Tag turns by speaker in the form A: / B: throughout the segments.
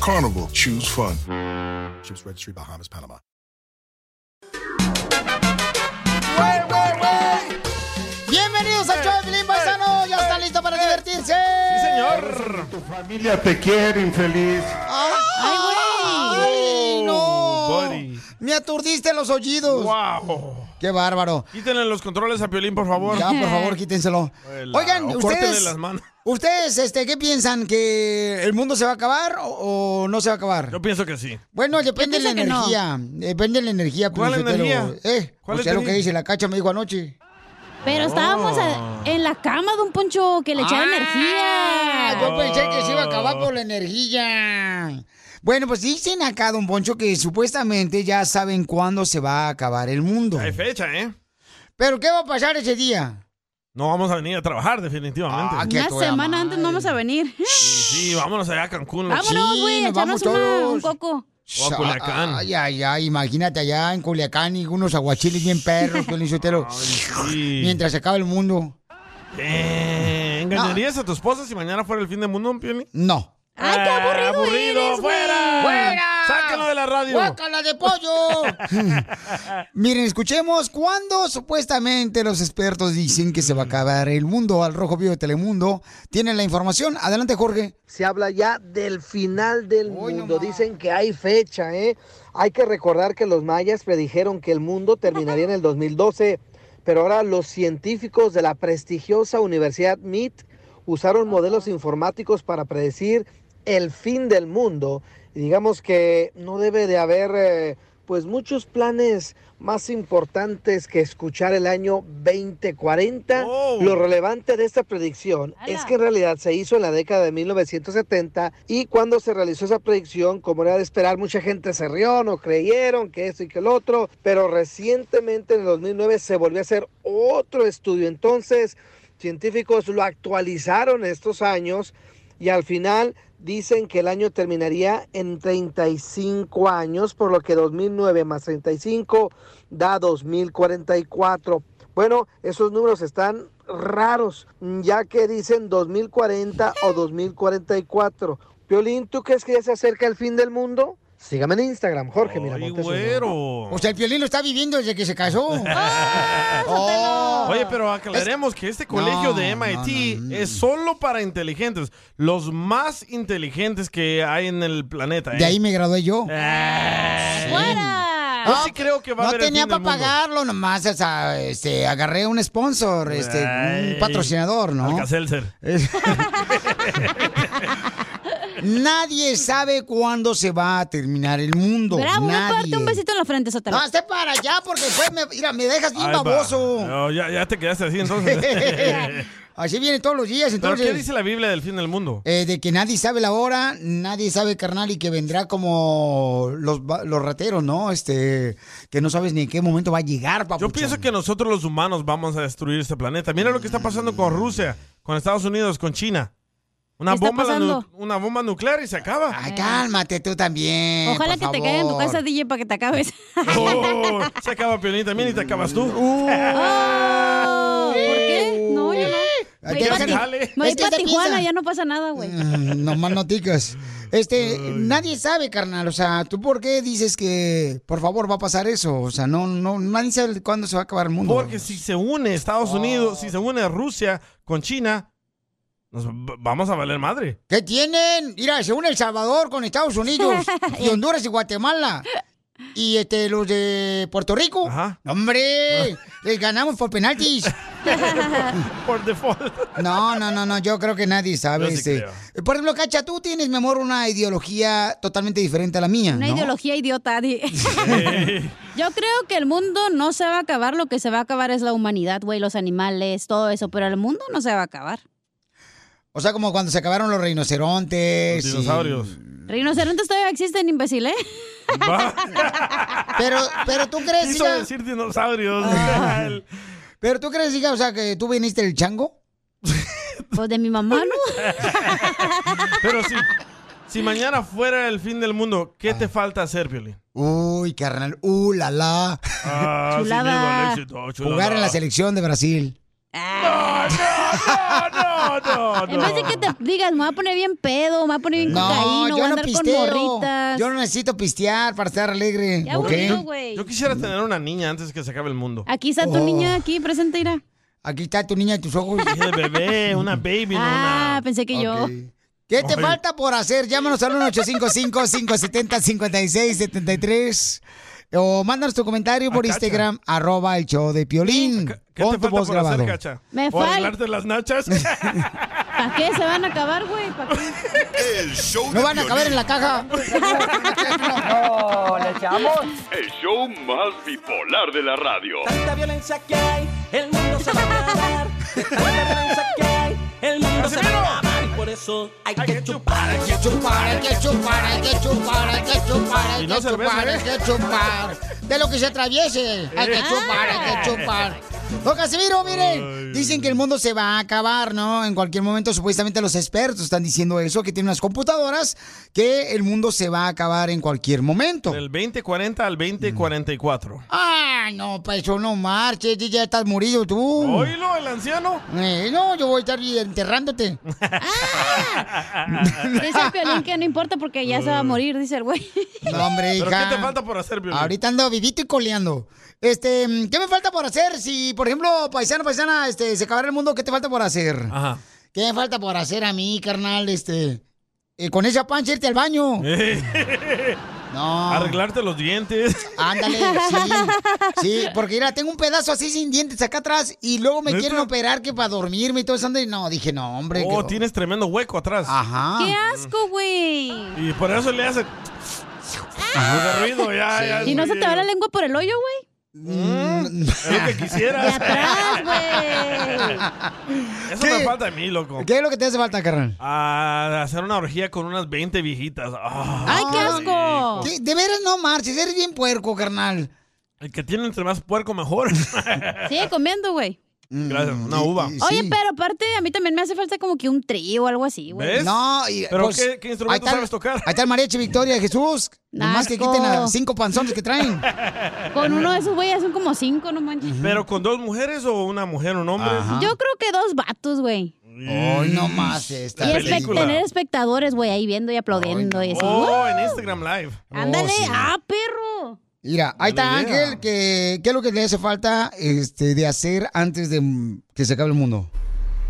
A: Carnival, choose fun.
B: Ships Registry, Bahamas, Panama.
C: ¡Güey, güey, güey! Bienvenidos al show de Pilín, Paisano. Ya están listos para divertirse. Sí,
D: señor. Tu familia te quiere, infeliz.
C: ¡Ay, güey! ¡Ay, no!
D: Buddy.
C: Me aturdiste los oídos.
D: ¡Wow!
C: ¡Qué bárbaro!
D: Quítenle los controles a Piolín, por favor.
C: Ya, por favor, quítenselo.
D: Hola,
C: Oigan,
D: o
C: ustedes.
D: córtenle las manos.
C: ¿Ustedes este, qué piensan? ¿Que el mundo se va a acabar o, o no se va a acabar?
D: Yo pienso que sí.
C: Bueno, depende de la
E: pienso que no.
C: energía. Depende de la energía.
D: ¿Cuál
C: Piolinsotelo.
D: energía?
C: Eh,
D: ¿Cuál
C: o sea, lo
D: energía?
C: que dice la cacha me dijo anoche.
E: Pero estábamos
C: Oh.
E: a- en la cama de un poncho que le echaba
C: Ah,
E: energía.
C: Yo pensé que se iba a acabar por la energía. Bueno, pues dicen acá, don Poncho, que supuestamente ya saben cuándo se va a acabar el mundo.
D: Hay fecha, ¿eh?
C: Pero ¿qué va a pasar ese día?
D: No vamos a venir a trabajar, definitivamente.
C: Ah, qué
E: Una
C: toda
E: semana antes no
C: madre.
E: vamos a venir.
D: Sí, vámonos allá a Cancún. los-
E: Vámonos, güey,
C: nos
E: a echarnos
C: vamos
E: una-
C: todos.
E: un coco.
D: O a Culiacán.
C: Ay, ay, ay, imagínate allá en Culiacán y unos aguachiles bien perros, Piolín Sotelo,
D: Sí.
C: mientras se acaba el mundo.
D: Eh, ¿Engañarías a tu esposa si mañana fuera el fin del mundo, Piolín? Ah,
C: No.
E: ¡Ay, qué aburrido, eres, güey.
D: ¡Fuera!
C: ¡Fuera!
D: ¡Sáquenlo de la radio!
C: ¡Guácala de pollo! Miren, escuchemos cuando supuestamente los expertos dicen que se va a acabar el mundo. Al Rojo Vivo de Telemundo tienen la información. Adelante, Jorge.
F: Se habla ya del final del
C: Hoy
F: mundo.
C: nomás.
F: Dicen que hay fecha, ¿eh? Hay que recordar que los mayas predijeron que el mundo terminaría en el 2012, pero ahora los científicos de la prestigiosa Universidad MIT usaron modelos informáticos para predecir el fin del mundo. Y digamos que no debe de haber eh, pues muchos planes más importantes que escuchar el año 2040.
D: Oh.
F: Lo relevante de esta predicción
E: ¡Hala!
F: es que en realidad se hizo en la década de 1970 y cuando se realizó esa predicción, como era de esperar, mucha gente se rió, no creyeron que esto y que el otro, pero recientemente en el 2009 se volvió a hacer otro estudio. Entonces, científicos lo actualizaron estos años y al final dicen que el año terminaría en 35 años, por lo que 2009 más 35 da 2044. Bueno, esos números están raros, ya que dicen 2040 o 2044. Piolín, ¿tú crees que ya se acerca el fin del mundo? Sígame en Instagram, Jorge
D: ¡Ay,
F: Miramontes. uno.
D: güero!
C: O sea, Pues el violín lo está viviendo desde que se casó.
E: Ah,
C: Oh.
D: Oye, pero aclaremos que este colegio de MIT
C: no, no,
D: es solo para inteligentes. Los más inteligentes que hay en el planeta. ¿eh?
C: De ahí me gradué yo. Ah,
D: Eh,
E: ¡Fuera!
D: Yo sí creo que va a
C: No
D: haber el
C: tenía
D: fin del
C: para
D: mundo.
C: pagarlo, nomás o sea, este, agarré un sponsor, este, un
D: Ay.
C: patrocinador, ¿no?
D: Alka-Seltzer.
C: Es- Nadie sabe cuándo se va a terminar el mundo.
E: Bravo, una
C: Nadie.
E: parte, un besito en la frente, Sotelo.
C: No, este esté para allá porque después me, mira, me dejas bien
D: Ahí va.
C: baboso.
D: No, ya, ya te quedaste así entonces.
C: Así viene todos los días,
D: ¿Pero qué
C: entonces.
D: dice la Biblia del fin del mundo?
C: eh, de que nadie sabe la hora, nadie sabe, carnal, y que vendrá como los, va- los rateros, ¿no? Este, que no sabes ni en qué momento va a llegar,
D: Yo
C: papuchón.
D: pienso que nosotros los humanos vamos a destruir este planeta. Mira lo que está pasando con Rusia, con Estados Unidos, con China. Una,
E: ¿Qué está
D: bomba,
E: pasando?
D: nu- una bomba nuclear y se acaba.
C: Ay, cálmate tú también.
E: Ojalá que
C: por
E: te caiga en tu
C: favor.
E: casa, DJ, para que te acabes.
D: Oh, se acaba Piolín también y te acabas tú.
C: Uh.
E: Oh, ¿Por qué? No, yo no. Me
C: Ay,
E: voy
C: te
E: pa'
C: dejan-
E: Ti-
D: jale.
E: me voy
C: Este Es que
E: pa'
C: esta
E: Tijuana,
C: pizza-
E: ya no pasa nada, güey.
C: Mm, No más noticas. Este, nadie sabe, carnal. O sea, ¿tú por qué dices que por favor va a pasar eso? O sea, no, no, nadie sabe cuándo se va a acabar el mundo. Oh.
D: Porque si se une Estados Unidos, si se une Rusia con China, nos v- vamos a valer madre.
C: ¿Qué tienen? Mira, se une El Salvador con Estados Unidos y Honduras y Guatemala. Y este, los de Puerto Rico. ¡Hombre! Les ganamos por penaltis.
D: por default.
C: No, no, no, no. Yo creo que nadie sabe.
D: Yo sí
C: este. Por ejemplo, Cacha, tú tienes, mi amor, una ideología totalmente diferente a la mía.
E: Una
C: Ah, ¿no?
E: ideología idiota. di. Yo creo que el mundo no se va a acabar. Lo que se va a acabar es la humanidad, güey, los animales, todo eso. Pero el mundo no se va a acabar.
C: O sea, como cuando se acabaron los rinocerontes.
D: Los
C: y-
D: dinosaurios.
E: Rinocerontes todavía existen, imbécil, ¿eh?
C: Pero, pero tú crees,
D: Quiso
C: hija?
D: decir dinosaurios.
C: Pero tú crees, hija, o sea, que tú viniste del chango.
E: Pues de mi mamá, ¿no?
D: Pero sí. Si mañana fuera el fin del mundo, ¿qué te falta hacer, Piolín?
C: Uy, carnal. Uh, la la.
D: Ah, sí,
E: Chulada.
D: llegó el éxito, Oh, chulada.
C: Jugar en la selección de Brasil.
D: No, no, no,
E: En vez de
D: no.
E: que te digas, me voy a poner bien pedo, me voy a poner bien
C: No,
E: cocaína, voy a
C: yo no
E: andar con
C: pisteo.
E: morritas.
C: Yo no necesito pistear para estar alegre.
E: Qué
C: ¿ok?
E: aburrido, güey.
D: Yo quisiera tener una niña antes que se acabe el mundo.
E: Aquí está tu
C: Oh.
E: niña, aquí, presente, irá.
C: Aquí está tu niña de tus ojos.
D: Dije de bebé, una baby, no
E: Ah,
D: una...
E: pensé que yo.
C: Ok. ¿Qué te
D: Ay.
C: falta por hacer? Llámanos al 1-855-570-5673. O mándanos tu comentario por
D: Acacha.
C: Instagram, arroba el show de Piolín.
D: Ah, ¿Qué
C: Pon
D: te
C: tu
D: falta
C: voz
D: por
C: grabado.
D: hacer, Cacha?
E: Me
D: ¿O
E: fal-
D: arreglarte las nachas?
E: ¿Para qué se van a acabar, güey? ¿Para qué?
G: El show
C: No
G: de
C: van a caber en la caja.
G: El show más bipolar de la radio.
H: tanta violencia que hay, el mundo se va a acabar. De tanta violencia que hay, el mundo se va a acabar. Y por eso hay que chupar, hay que
C: chupar, hay que chupar, hay que chupar, hay que chupar, hay
D: Y no
C: que
D: cerveza,
C: chupar,
D: ¿eh?
C: hay que chupar. De lo que se atraviese, hay
D: Ah.
C: que chupar, hay que chupar. Don Casimiro, miren, dicen que el mundo se va a acabar, ¿no? En cualquier momento, supuestamente los expertos están diciendo eso, que tienen unas computadoras, que el mundo se va a acabar en cualquier momento.
D: Del 2040 al 2044.
C: Ah, no, pa' eso no marches, ya estás morido tú.
D: Oílo, el anciano.
C: Eh, no, yo voy a estar enterrándote.
E: Dice el piolín que no importa porque ya se va a morir, dice el güey.
C: No, hombre,
D: ¿Pero
C: hija.
D: qué te falta por hacer, Piolín?
C: Ahorita ando vivito y coleando. Este, mm, ¿qué me falta por hacer? Si, por ejemplo, paisano, paisana, este, se acabará el mundo, ¿qué te falta por hacer?
D: Ajá.
C: ¿Qué me falta por hacer a mí, carnal? Este, eh, con esa pancha irte al baño.
D: Eh.
C: No.
D: Arreglarte los dientes.
C: Ándale, sí. Sí, porque mira, tengo un pedazo así sin dientes acá atrás y luego me
D: ¿Neta?
C: quieren operar que para dormirme y todo eso. ando y No, dije, no, hombre.
D: Oh,
C: que-
D: tienes tremendo hueco atrás.
C: Ajá.
E: ¡Qué asco, güey!
D: Y por eso le hace... Mucho ruido, ya, ya.
E: ¿Y no se te va la
D: vale
E: lengua por el hoyo, güey?
C: Mm.
D: Es lo que
E: De
D: quisieras.
E: atrás, güey.
D: Eso
C: ¿Qué?
D: me falta a mí, loco.
C: ¿Qué es lo que te hace falta, carnal?
D: A hacer una orgía con unas 20 viejitas. Ah.
E: ¡Ay, qué asco!
C: ¿Qué- De veras no marches, eres bien puerco, carnal.
D: El que tiene entre más puerco, mejor.
E: Sigue comiendo, güey.
D: Gracias, una uva.
C: Y- y-
E: Oye,
C: sí.
E: pero aparte, a mí también me hace falta como que un trío o algo así, güey.
D: ¿Ves?
C: No, y, pues,
D: ¿Pero qué- qué instrumento
C: ahí está-
D: sabes tocar?
C: Ahí está el mariachi Victoria de Jesús. Nomás que
E: Naco.
C: quiten a cinco panzones que traen.
E: Con uno de esos güeyes son como cinco, no manches.
D: ¿Pero con dos mujeres o una mujer o un hombre?
C: Ajá.
E: Yo creo que dos vatos, güey.
C: Hoy no
D: Ah,
C: más esta
E: Mm. Y espe-
D: película.
E: tener espectadores, güey, ahí viendo y aplaudiendo y así.
D: Oh, en Instagram Live.
E: ¡Ándale!
C: Oh, sí.
E: ¡Ah, perro!
C: Mira, ahí está
D: Buena idea.
C: Ángel, que, ¿qué es lo que le hace falta este, de hacer antes de mm, que se acabe el mundo?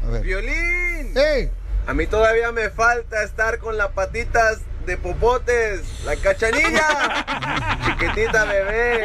C: A ver.
I: Violín.
C: ¡Ey!
I: A mí todavía me falta estar con las patitas de popotes, la cachanilla, chiquitita bebé.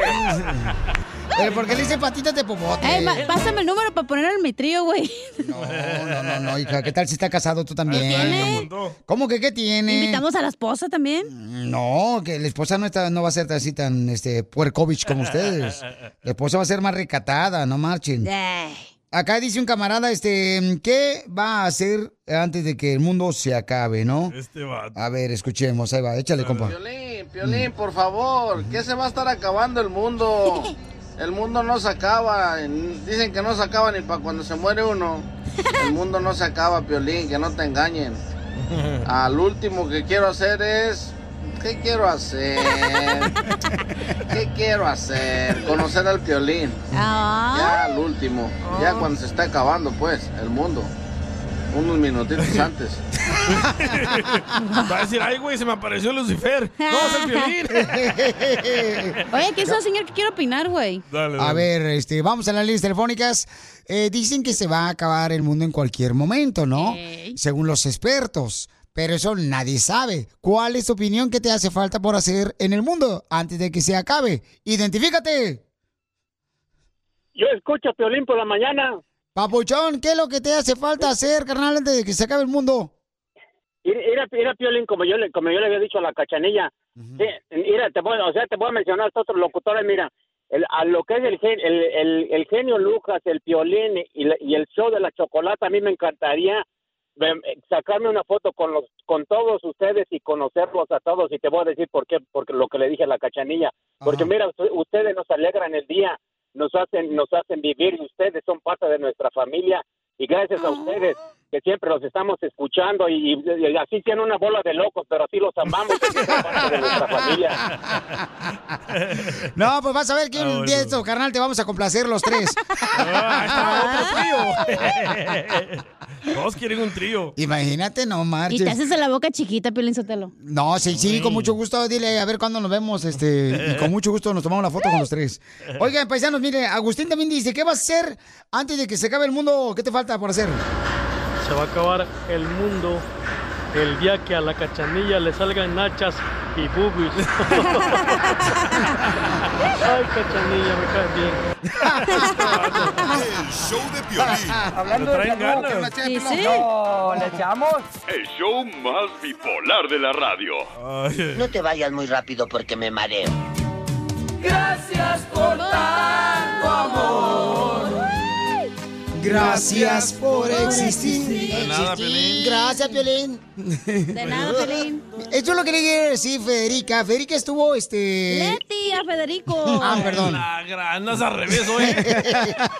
C: ¿Pero por qué le dice patitas de popote?
E: Ey, ma- Eh, pásame el número para poner en mi trío, güey.
C: no, no, no, no, hija, ¿qué tal si está casado tú
D: Ahí
C: también?
D: lo apuntó.
C: ¿Cómo que qué tiene?
E: Invitamos a la esposa también.
C: Mm, No, que la esposa no está, no va a ser así tan este puercovich como ustedes. La esposa va a ser más recatada, no marchen.
E: Ey.
C: Acá dice un camarada, este, ¿qué va a hacer antes de que el mundo se acabe, no?
D: Este va.
C: A ver, escuchemos, ahí va, échale, compa.
J: Piolín, Piolín, por favor, ¿qué se va a estar acabando el mundo? El mundo no se acaba, dicen que no se acaba ni para cuando se muere uno. El mundo no se acaba, Piolín, que no te engañen. Al último que quiero hacer es, ¿qué quiero hacer? ¿Qué quiero hacer? Conocer al Piolín.
E: Ah.
J: Ya al último, ya cuando se está acabando, pues, el mundo. Unos minutitos antes.
C: Oh.
D: Va a decir, ay, güey, se me apareció Lucifer. No, es el violín.
E: Oye, que es un señor que quiero opinar, güey.
D: Dale,
C: A
D: dale.
C: ver, este, vamos a las líneas telefónicas. Eh, dicen que se va a acabar el mundo en cualquier momento, ¿no?
E: Ey.
C: Según los expertos. Pero eso nadie sabe. ¿Cuál es tu opinión que te hace falta por hacer en el mundo antes de que se acabe? ¡Identifícate!
K: Yo escucho a Piolín por la mañana.
C: Papuchón, ¿qué es lo que te hace falta hacer, carnal, antes de que se acabe el mundo?
K: Mira, mira, Piolín, como yo, le, como yo le había dicho a la cachanilla, sí, mira, te voy, o sea, te voy a mencionar a otros locutores, eh, mira, el- a lo que es el, gen- el, el- el genio Lucas, el Piolín y, la- y el show de la chocolate, a mí me encantaría ve- sacarme una foto con los con todos ustedes y conocerlos a todos y te voy a decir por qué porque lo que le dije a la cachanilla
L: Ah.
K: porque mira usted- ustedes nos alegran el día nos hacen nos hacen vivir y ustedes son parte de nuestra familia y gracias a ustedes
E: Ah.
K: que siempre los estamos escuchando y, y- y así tienen una bola de locos pero así los amamos y son parte de nuestra familia
C: No, pues vas a
M: Ah,
C: ver que un día de estos, carnal, te vamos a complacer los tres. Ah.
D: Todos quieren un trío.
C: Imagínate, no
E: Y
C: marches.
E: te haces de la boca chiquita, Piolín Sotelo.
C: No, sí, sí, con mucho gusto. Dile a ver cuándo nos vemos, este, y con mucho gusto nos tomamos la foto con los tres. Oigan, paisanos, mire, Agustín también dice, ¿qué vas a hacer antes de que se acabe el mundo? ¿Qué te falta por hacer?
L: Se va a acabar el mundo el día que a la cachanilla le salgan nachas y bubis. Ay, cachanilla, me caes bien.
G: El show de Piolín.
L: Hablando de traen Piolín, ganas. ¿quieren una ché de Sí, Piolín? sí. No, ¿le
N: echamos?
G: El show más bipolar de la radio.
N: No te vayas muy rápido porque me mareo.
M: Gracias por tanto amor.
C: Gracias por existir.
M: De nada, Piolín.
C: Gracias, Piolín. De
E: nada,
C: Piolín. Esto es lo que le quiere decir Federica. Federica estuvo, este...
E: Leti, a Federico.
C: Ah, perdón.
D: La gran- andas al revés hoy.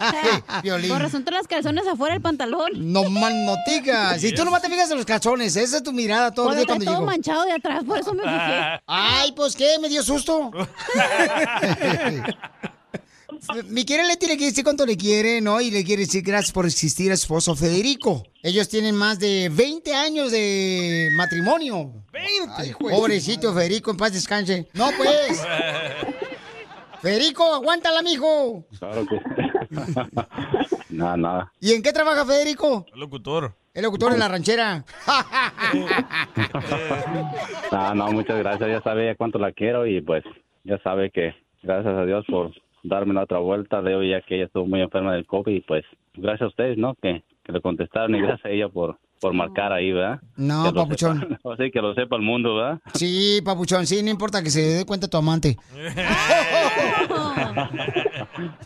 C: Piolín.
E: Por razón, todas las calzones afuera del pantalón.
C: No man, no digas. Si tú nomás te fijas en los calzones, esa es tu mirada todo el
E: Oye,
C: día
E: está
C: cuando
E: Pues todo
C: llego.
E: manchado de atrás, por eso me fijé.
C: Ay, pues qué, me dio susto. Mi querida Leti le quiere decir cuánto le quiere, ¿no? Y le quiere decir gracias por existir a su esposo Federico. Ellos tienen más de 20 años de matrimonio.
D: ¡20!
C: Pobrecito Federico, en paz descanse. No, pues. Federico, aguántala, mijo.
O: Claro que. nada, nada.
C: ¿Y en qué trabaja Federico?
D: Locutor.
C: El locutor en la ranchera.
O: no, no, muchas gracias. Ya sabe ya cuánto la quiero y pues ya sabe que gracias a Dios por darme la otra vuelta. Debo ya que ella estuvo muy enferma del COVID y pues gracias a ustedes, ¿no? Que, que le contestaron y gracias a ella por, por marcar ahí, ¿verdad?
C: No,
O: Que lo
C: papuchón.
O: sepa- Así que lo sepa el mundo, ¿verdad?
C: Sí, papuchón, sí, no importa que se dé cuenta tu amante.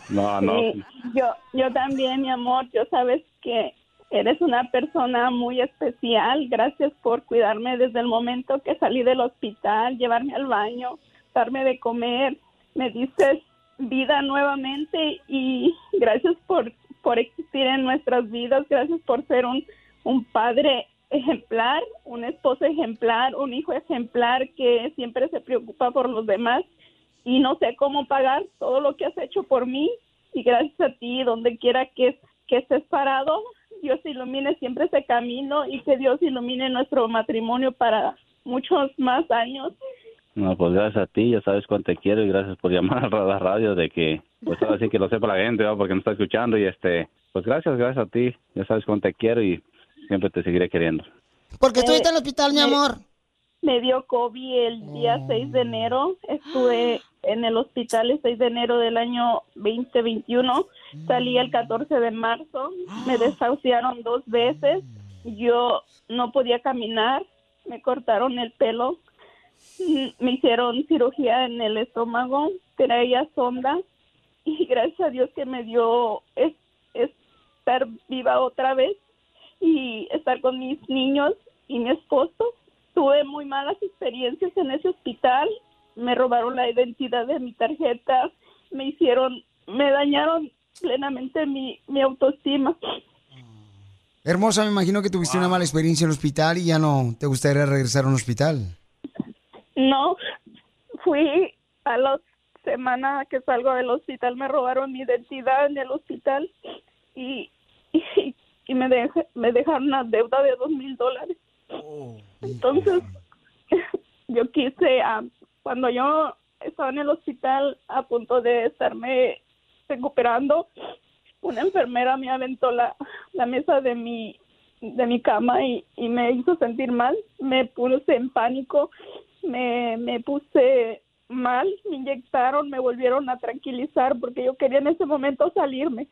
O: no, no.
P: Sí, yo, yo también, mi amor, yo sabes que eres una persona muy especial. Gracias por cuidarme desde el momento que salí del hospital, llevarme al baño, darme de comer. Me diste vida nuevamente y gracias por, por existir en nuestras vidas. Gracias por ser un, un padre ejemplar, un esposo ejemplar, un hijo ejemplar que siempre se preocupa por los demás y no sé cómo pagar todo lo que has hecho por mí y gracias a ti, donde quiera que, que estés parado, Dios ilumine siempre ese camino y que Dios ilumine nuestro matrimonio para muchos más años.
O: No, pues gracias a ti, ya sabes cuánto te quiero y gracias por llamar a la radio de que, pues ahora sí que lo sepa la gente, ¿verdad? porque me está escuchando y este, pues gracias, gracias a ti, ya sabes cuánto te quiero y siempre te seguiré queriendo.
C: Porque estuviste en el hospital, mi amor. Oh.
P: Me dio COVID el día 6 de enero. Estuve en el hospital el 6 de enero del año 2021. Salí el 14 de marzo. Me desahuciaron dos veces. Yo no podía caminar. Me cortaron el pelo. Mm, Me hicieron cirugía en el estómago. Traía sonda. Y gracias a Dios que me dio es- estar viva otra vez y estar con mis niños y mi esposo. Tuve muy malas experiencias en ese hospital. Me robaron la identidad de mi tarjeta. Me hicieron, me dañaron plenamente mi, mi autoestima.
C: Hermosa, me imagino que tuviste una mala experiencia en el hospital y ya no te gustaría regresar a un hospital.
P: No, fui a la semana que salgo del hospital, me robaron mi identidad en el hospital y, y, y me, dej- me dejaron una deuda de dos mil dólares. Entonces, yo quise, ah, cuando yo estaba en el hospital a punto de estarme recuperando, una enfermera me aventó la, la mesa de mi, de mi cama y, y me hizo sentir mal, me puse en pánico, me, me puse mal, me inyectaron, me volvieron a tranquilizar porque yo quería en ese momento salirme,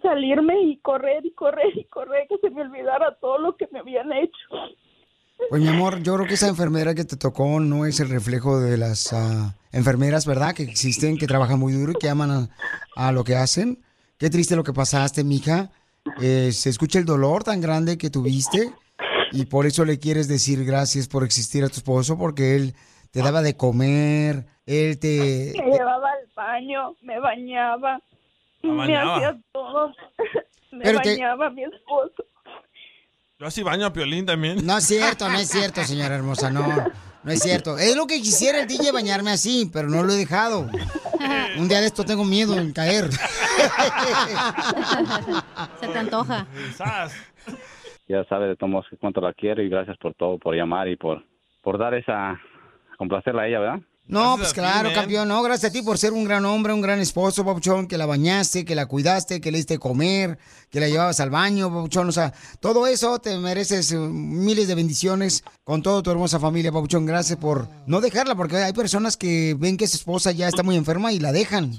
P: salirme y correr y correr y correr, que se me olvidara todo lo que me habían hecho.
C: Pues mi amor, yo creo que esa enfermera que te tocó no es el reflejo de las ah, enfermeras, ¿verdad? Que existen, que trabajan muy duro y que aman a, a lo que hacen. Qué triste lo que pasaste, mija. Eh, se escucha el dolor tan grande que tuviste y por eso le quieres decir gracias por existir a tu esposo porque él te daba de comer, él
D: Eh,
C: te...
P: Me llevaba al baño, me bañaba, me
D: bañaba.
P: hacía todo, me
D: Pero te-
P: bañaba mi esposo.
D: Yo así baño a Piolín también.
C: No es cierto, no es cierto, señora hermosa, no. No es cierto. Es lo que quisiera el DJ bañarme así, pero no lo he dejado. Un día de esto tengo miedo en caer.
E: Se te antoja.
Q: ya sabe de todos modos que cuánto la quiero y gracias por todo, por llamar y por, por dar esa, complacerla a ella, ¿verdad?
C: No, pues claro, campeón, no, gracias a ti por ser un gran hombre, un gran esposo, Papuchón, que la bañaste, que la cuidaste, que le diste comer, que la llevabas al baño, Papuchón, o sea, todo eso te mereces eh, miles de bendiciones con toda tu hermosa familia, Papuchón, gracias por no dejarla, porque hay personas que ven que su esposa ya está muy enferma y la dejan.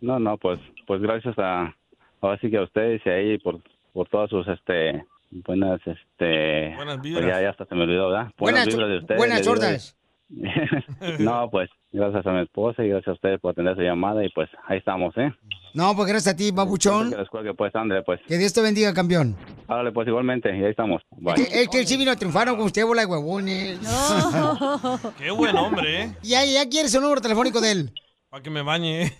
Q: No, no, pues, pues gracias a, ahora sí que a ustedes y a ella y por, por todas sus, este, buenas, este,
D: Buenas
Q: pues
D: vibras.
Q: ya, ya hasta se me olvidó, ¿verdad?
D: Buenas
Q: Buenas,
D: cho-
Q: vibras de ustedes.
D: buenas
Q: le digo,
D: sordas.
Q: y- no, pues, gracias a mi esposa y gracias a ustedes por atender su llamada y pues ahí estamos, ¿eh?
C: No, pues gracias a ti,
Q: Que
C: Papuchón,
Q: les cuelgue, pues, ándale, pues.
C: que Dios te bendiga, campeón.
Q: Ándale, pues, igualmente, y ahí estamos. Bye.
C: Es que el sí vino a triunfar ¿no? con usted, bola de huevones.
D: Qué buen hombre, ¿eh?
C: ya, ya quieres el número telefónico de él.
D: Para que me bañe, ¿eh?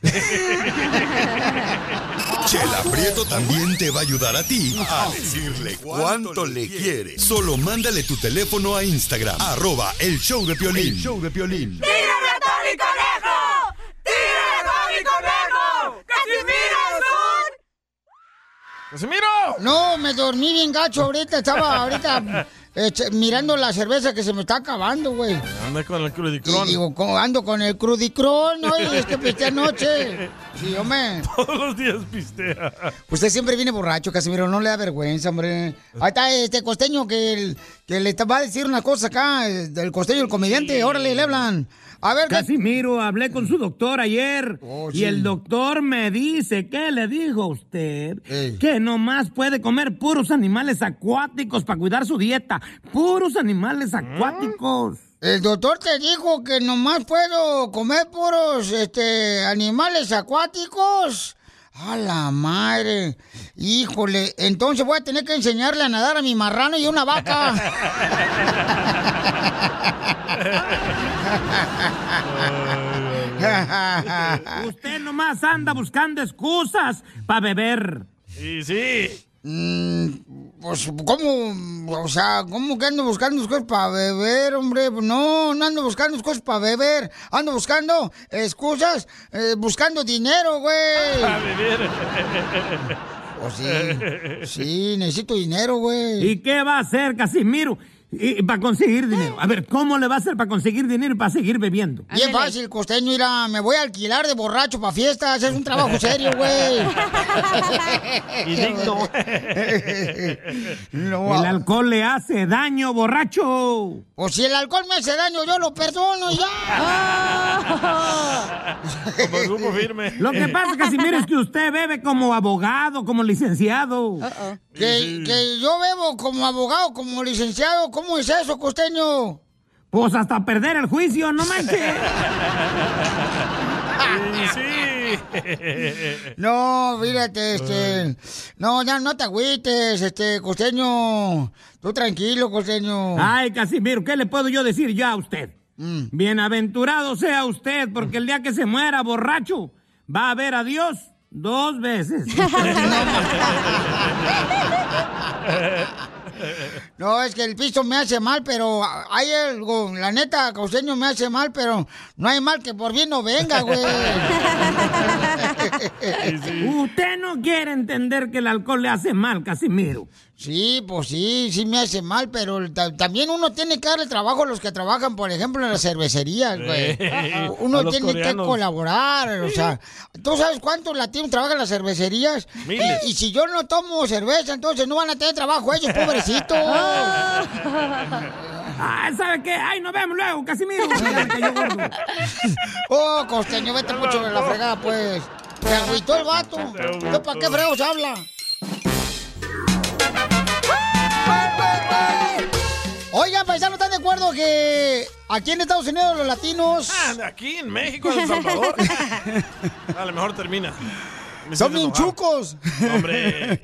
R: Chela Prieto también te va a ayudar a ti a decirle cuánto le quiere. Solo mándale tu teléfono a Instagram, arroba el show de Piolín.
M: El
R: show de Piolín.
M: ¡Tírame a Tony Conejo! ¡Tírame a Tony Conejo! ¡Casimiro es
C: ¡Casimiro! No, me dormí bien gacho ahorita. Estaba ahorita eh, che- mirando la cerveza que se me está acabando, güey.
D: Anda con el culo de
C: Y digo, co- ando con el crudicrón, oye, es que piste anoche. Sí, hombre.
D: Todos los días pistea.
C: Usted siempre viene borracho, Casimiro, no le da vergüenza, hombre. Ahí está este costeño que, el- que le está- va a decir una cosa acá, eh, del costeño, el comediante, órale, le hablan. A ver,
N: Casimiro, hablé con su doctor ayer
C: Oh, sí.
N: y el doctor me dice que le dijo a usted que nomás puede comer puros animales acuáticos para cuidar su dieta. Puros
C: ¿Mm?
N: animales acuáticos.
C: El doctor te dijo que nomás puedo comer puros este, animales acuáticos. A la madre. Híjole, entonces voy a tener que enseñarle a nadar a mi marrano y una vaca.
N: usted nomás anda buscando excusas para beber.
D: Sí, sí.
C: Pues, ¿cómo? O sea, ¿cómo que ando buscando excusas para beber, hombre? No, no ando buscando excusas para beber. Ando buscando excusas, eh, buscando dinero, güey.
M: A beber.
C: Pues sí, sí, necesito dinero, güey. ¿Eh?
N: ¿Y qué va a hacer Casimiro Y- y para conseguir dinero? A ver, ¿cómo le va a hacer para conseguir dinero y para seguir bebiendo?
C: Bien fácil, costeño, mira, me voy a alquilar de borracho para fiestas, es un trabajo serio, güey.
M: Y digno.
N: El alcohol le hace daño, borracho.
C: O Pues si el alcohol me hace daño, yo lo perdono ya.
D: Como el grupo firme.
N: Lo que pasa, Casimiro, es que usted bebe como abogado, como licenciado.
C: que, que yo bebo como abogado, como licenciado, ¿cómo es eso, costeño?
N: Pues hasta perder el juicio, no manches.
C: No, fíjate, este. No, ya no te agüites, este, costeño. Tú tranquilo, costeño.
N: Ay, Casimiro, ¿qué le puedo yo decir ya a usted?
C: Mm.
N: Bienaventurado sea usted, porque el día que se muera borracho, va a ver a Dios dos veces.
C: No, es que el piso me hace mal, pero hay algo, la neta, costeño me hace mal, pero no hay mal que por bien no venga, güey.
N: Usted no quiere entender que el alcohol le hace mal, Casimiro.
C: Sí, pues sí, sí me hace mal, pero el ta- también uno tiene que darle trabajo a los que trabajan, por ejemplo, en las cervecerías, güey.
M: Ey, a
C: Uno
M: los
C: tiene
M: coreanos.
C: que colaborar, o sea, ¿tú sabes cuántos latinos trabajan en las cervecerías?
M: Miles.
C: Y, y si yo no tomo cerveza, entonces no van a tener trabajo ellos, pobrecitos.
N: Ah, ¿sabe qué? Ay, nos vemos luego, Casimiro. Ya le cayó gordo.
C: oh, costeño, vete mucho de la fregada, pues. Se agüitó el vato. ¿Yo para qué fregos habla? Oigan, paisano, ¿están de acuerdo que aquí en Estados Unidos los latinos
D: Ah, Aquí en México, en El Salvador. A lo mejor termina. Me
C: son
D: siento
C: bien
D: enojado.
C: chucos?
D: Hombre,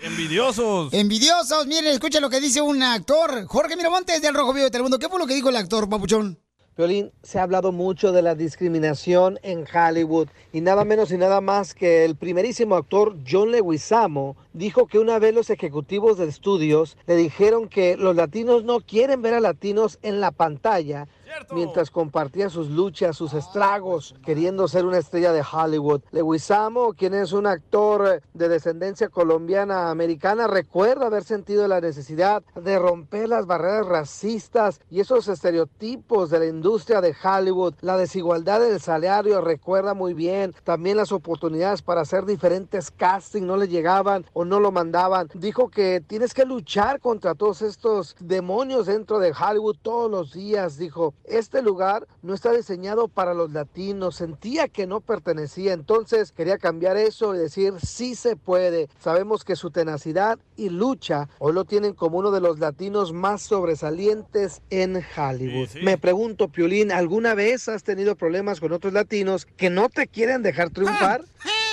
D: envidiosos.
C: Envidiosos, miren, escuchen lo que dice un actor. Jorge Miramontes del Rojo Vivo de Telemundo. ¿Qué fue lo que dijo el actor, papuchón?
F: Violín, se ha hablado mucho de la discriminación en Hollywood y nada menos y nada más que el primerísimo actor John Leguizamo dijo que una vez los ejecutivos de estudios le dijeron que los latinos no quieren ver a latinos en la pantalla mientras compartía sus luchas, sus estragos, queriendo ser una estrella de Hollywood. Leguizamo, quien es un actor eh, de descendencia colombiana americana, recuerda haber sentido la necesidad de romper las barreras racistas y esos estereotipos de la industria de Hollywood, la desigualdad del salario, recuerda muy bien, también las oportunidades para hacer diferentes casting no le llegaban o no lo mandaban. Dijo que tienes que luchar contra todos estos demonios dentro de Hollywood todos los días, dijo. Este lugar no está diseñado para los latinos, sentía que no pertenecía, entonces quería cambiar eso y decir sí se puede. Sabemos que su tenacidad y lucha hoy lo tienen como uno de los latinos más sobresalientes en Hollywood.
M: Sí, sí.
F: Me pregunto, Piolín, ¿alguna vez has tenido problemas con otros latinos que no te quieren dejar triunfar?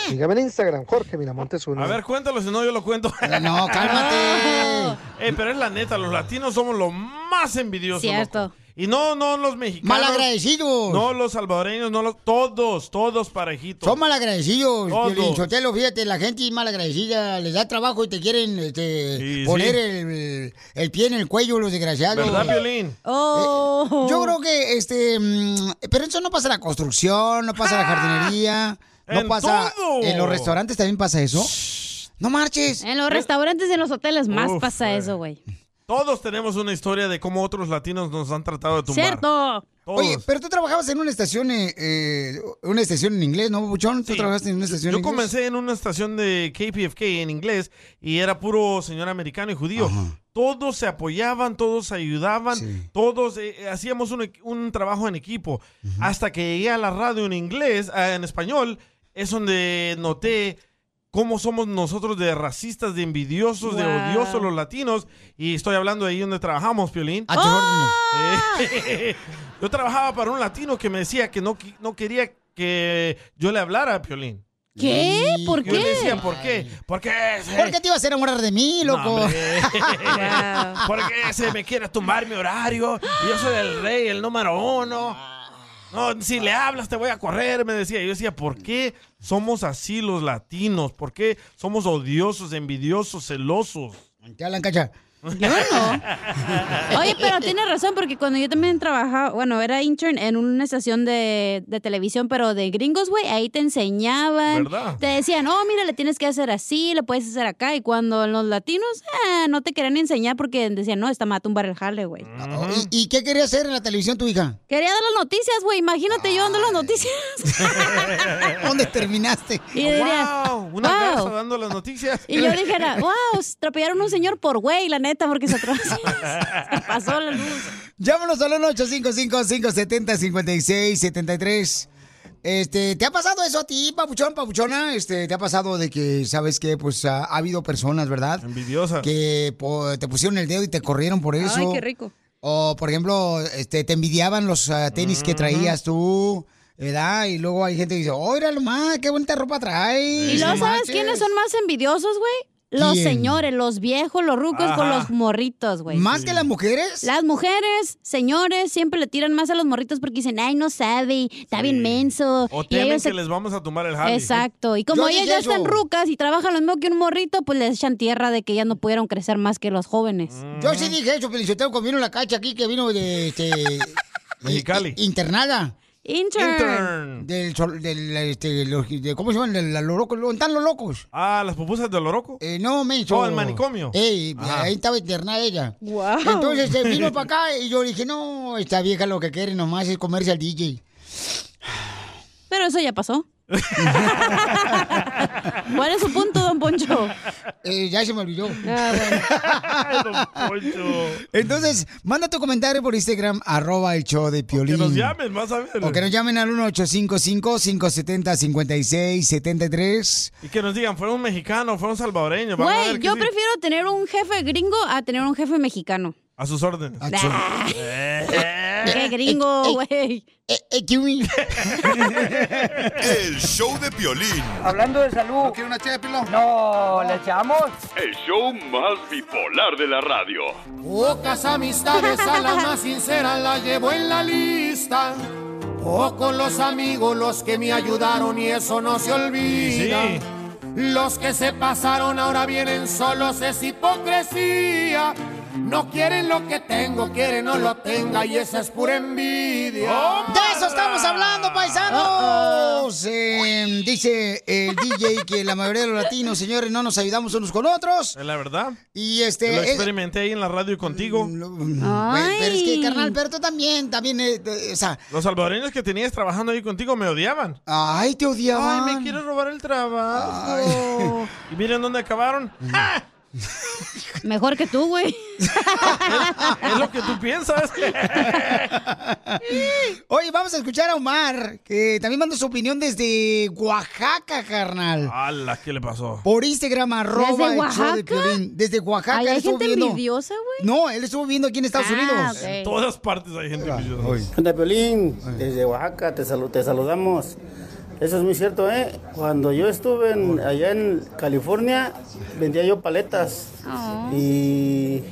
F: Sígame en Instagram, Jorge Miramontes uno.
D: A ver, cuéntalo, si no yo lo cuento.
C: No, cálmate.
D: Ey, pero es la neta, los latinos somos los más envidiosos.
E: Cierto.
D: loco. Y no, no los mexicanos.
C: Malagradecidos.
D: No los salvadoreños, no los. Todos, todos parejitos.
C: Son malagradecidos,
D: Todos.
C: Piolín Sotelo, fíjate, la gente es malagradecida, les da trabajo y te quieren este, poner
D: sí.
C: El, el pie en el cuello los desgraciados.
D: ¿Verdad, Piolín?
C: Eh, yo creo que, este, mm, pero eso no pasa en la construcción, no pasa en la
D: Ah.
C: jardinería, no
E: En
C: pasa
E: todo.
C: en los restaurantes también pasa eso. No marches.
E: En los restaurantes y en los hoteles más
D: Uf,
E: pasa
D: güey.
E: eso, güey.
D: Todos tenemos una historia de cómo otros latinos nos han tratado de tumbar.
E: Cierto.
D: Todos.
C: Oye, pero tú trabajabas en una estación, eh, eh, una estación en inglés, ¿no, Buchón? Tú trabajaste en una estación
D: Yo
C: en inglés.
D: comencé en una estación de KPFK en inglés y era puro señor americano y judío. Todos se apoyaban, todos se ayudaban, todos eh, eh, hacíamos un, equ- un trabajo en equipo. Hasta que llegué a la radio en inglés, ah, en español, es donde noté cómo somos nosotros de racistas, de envidiosos, de
M: Wow.
D: odiosos los latinos. Y estoy hablando de ahí donde trabajamos, Piolín.
C: A tus
D: Eh, yo trabajaba para un latino que me decía que no, qui- no quería que yo le hablara a Piolín.
C: ¿Qué? ¿Por
D: Yo le
C: qué?
D: decía, ¿por qué? ¿Por qué? se-
C: ¿Por qué te ibas a enamorar de mí,
D: No,
C: loco?
D: hombre. ¿Por qué se me quiere tumbar mi horario? Yo soy el rey, el número uno. No, si le hablas te voy a correr, me decía. Yo decía, ¿por qué somos así los latinos? ¿Por qué somos odiosos, envidiosos, celosos?
C: Te hablan, cacha.
E: Oye, pero tienes razón, porque cuando yo también trabajaba, bueno, era intern en una estación de, de televisión, pero de gringos, güey, ahí te enseñaban.
M: ¿Verdad?
E: Te decían, oh, mira, le tienes que hacer así, le puedes hacer acá. Y cuando los latinos, eh, no te querían enseñar porque decían, no, esta me va a tumbar el jale, güey.
C: Mm. ¿Y, y qué quería hacer en la televisión tu hija?
E: Quería dar las noticias, güey. Imagínate yo dando las noticias.
C: ¿Dónde terminaste?
E: Y yo diría,
D: wow, una garza
E: "Wow".
D: dando las noticias.
E: Y yo dijera, wow, atropellaron a un señor por güey, la neta, porque se atravesó. pasó la luz.
C: Llámanos al 1-855-570-5673. Este, ¿te ha pasado eso a ti, papuchón, papuchona? Este, ¿te ha pasado de que, sabes que, pues, ha, ha habido personas, ¿verdad?
D: Envidiosas.
C: Que po- te pusieron el dedo y te corrieron por eso.
E: Ay, qué rico.
C: O, por ejemplo, este, te envidiaban los ah, tenis que traías tú, ¿verdad? Y luego hay gente que dice, ¡Oíralo más! ¡Qué bonita ropa traes!
E: ¿Y
C: no
E: luego sabes
C: marches".
E: quiénes son más envidiosos, güey? Los
C: ¿Quién?
E: señores, los viejos, los rucos con
C: Ajá.
E: los morritos, güey.
C: ¿Más Sí. que las mujeres?
E: Las mujeres, señores, siempre le tiran más a los morritos porque dicen, ay, no sabe, está bien menso.
D: O
E: Y
D: temen
E: ellos se-
D: que les vamos a tumbar el jale.
E: Exacto. Y como
D: Yo
E: ellas
D: dije
E: ya
D: eso.
E: están rucas y trabajan lo mismo que un morrito, pues les echan tierra de que ya no pudieron crecer más que los jóvenes.
C: Yo sí dije eso, Feliciteo, cuando vino la cacha aquí, que vino de, este...
D: Mexicali.
C: Internada.
E: Intern.
C: Del, sol- del, este, lo- de- ¿Cómo se llaman? De la Loroco. ¿Dónde están los locos?
D: Ah, las pupusas de Loroco.
C: Eh, no, menso.
D: Oh, el manicomio. Ah.
C: Ey,
D: Ajá.
C: ahí estaba internada ella.
E: Wow.
C: Entonces se vino para acá y yo dije, no, esta vieja lo que quiere nomás es comerse al DJ.
E: Pero eso ya pasó. ¿Cuál es su punto, don Poncho?
C: Eh, ya se me olvidó.
D: don Poncho.
C: Entonces, manda tu comentario por Instagram, arroba el show de Piolín.
D: Nos llamen, vas a ver.
C: O que nos llamen al 1855-570-5673.
D: Y que nos digan, fue un mexicano, fue un salvadoreño. Vamos a
E: Güey,
D: ver que
E: yo
D: sí.
E: prefiero tener un jefe gringo a tener un jefe mexicano.
D: A sus órdenes.
C: Eh,
E: ¡Qué gringo, güey!
R: El show de Piolín.
S: Hablando de salud. ¿No quiere una ché de No, ¿le echamos?
G: El show más bipolar de la radio.
T: Pocas amistades a la más sincera la llevo en la lista. Pocos los amigos los que me ayudaron y eso no se olvida.
D: Sí.
T: Los que se pasaron ahora vienen solos, es hipocresía. No quieren lo que tengo, quieren no lo tenga y esa es pura envidia.
C: ¡De eso estamos hablando, paisanos! Eh, dice el DJ que la mayoría de los latinos, señores, no nos ayudamos unos con otros.
D: Es la verdad.
C: Y este... Mm,
D: Lo
C: es-
D: experimenté ahí en la radio contigo.
E: Ah.
C: Güey, pero es que, carnal, pero tú también, también, eh, eh, o sea...
D: Los salvadoreños que tenías trabajando ahí contigo me odiaban.
C: Ay, te odiaban.
D: Ay, me quieres robar el trabajo. Y miren dónde acabaron.
C: Mm.
E: Mejor que tú, güey.
D: Es lo que tú piensas.
C: Oye, vamos a escuchar a Omar, que también manda su opinión desde Oaxaca, carnal.
D: ¡Hala! ¿Qué le pasó?
C: Por Instagram, arroba
E: ¿Desde
C: el show de
E: Oaxaca?
C: Piolín. Desde Oaxaca.
E: Ay,
C: él
E: hay
C: estuvo
E: gente
C: viviendo-
E: envidiosa, güey.
C: No, él estuvo viviendo aquí en Estados
E: Ah,
C: Unidos.
E: ok.
D: En todas partes hay gente envidiosa.
U: Anda, Piolín, desde Oaxaca te, salu- te saludamos. Eso es muy cierto, ¿eh? Cuando yo estuve en- allá en California, vendía yo paletas.
D: Oh.
U: Y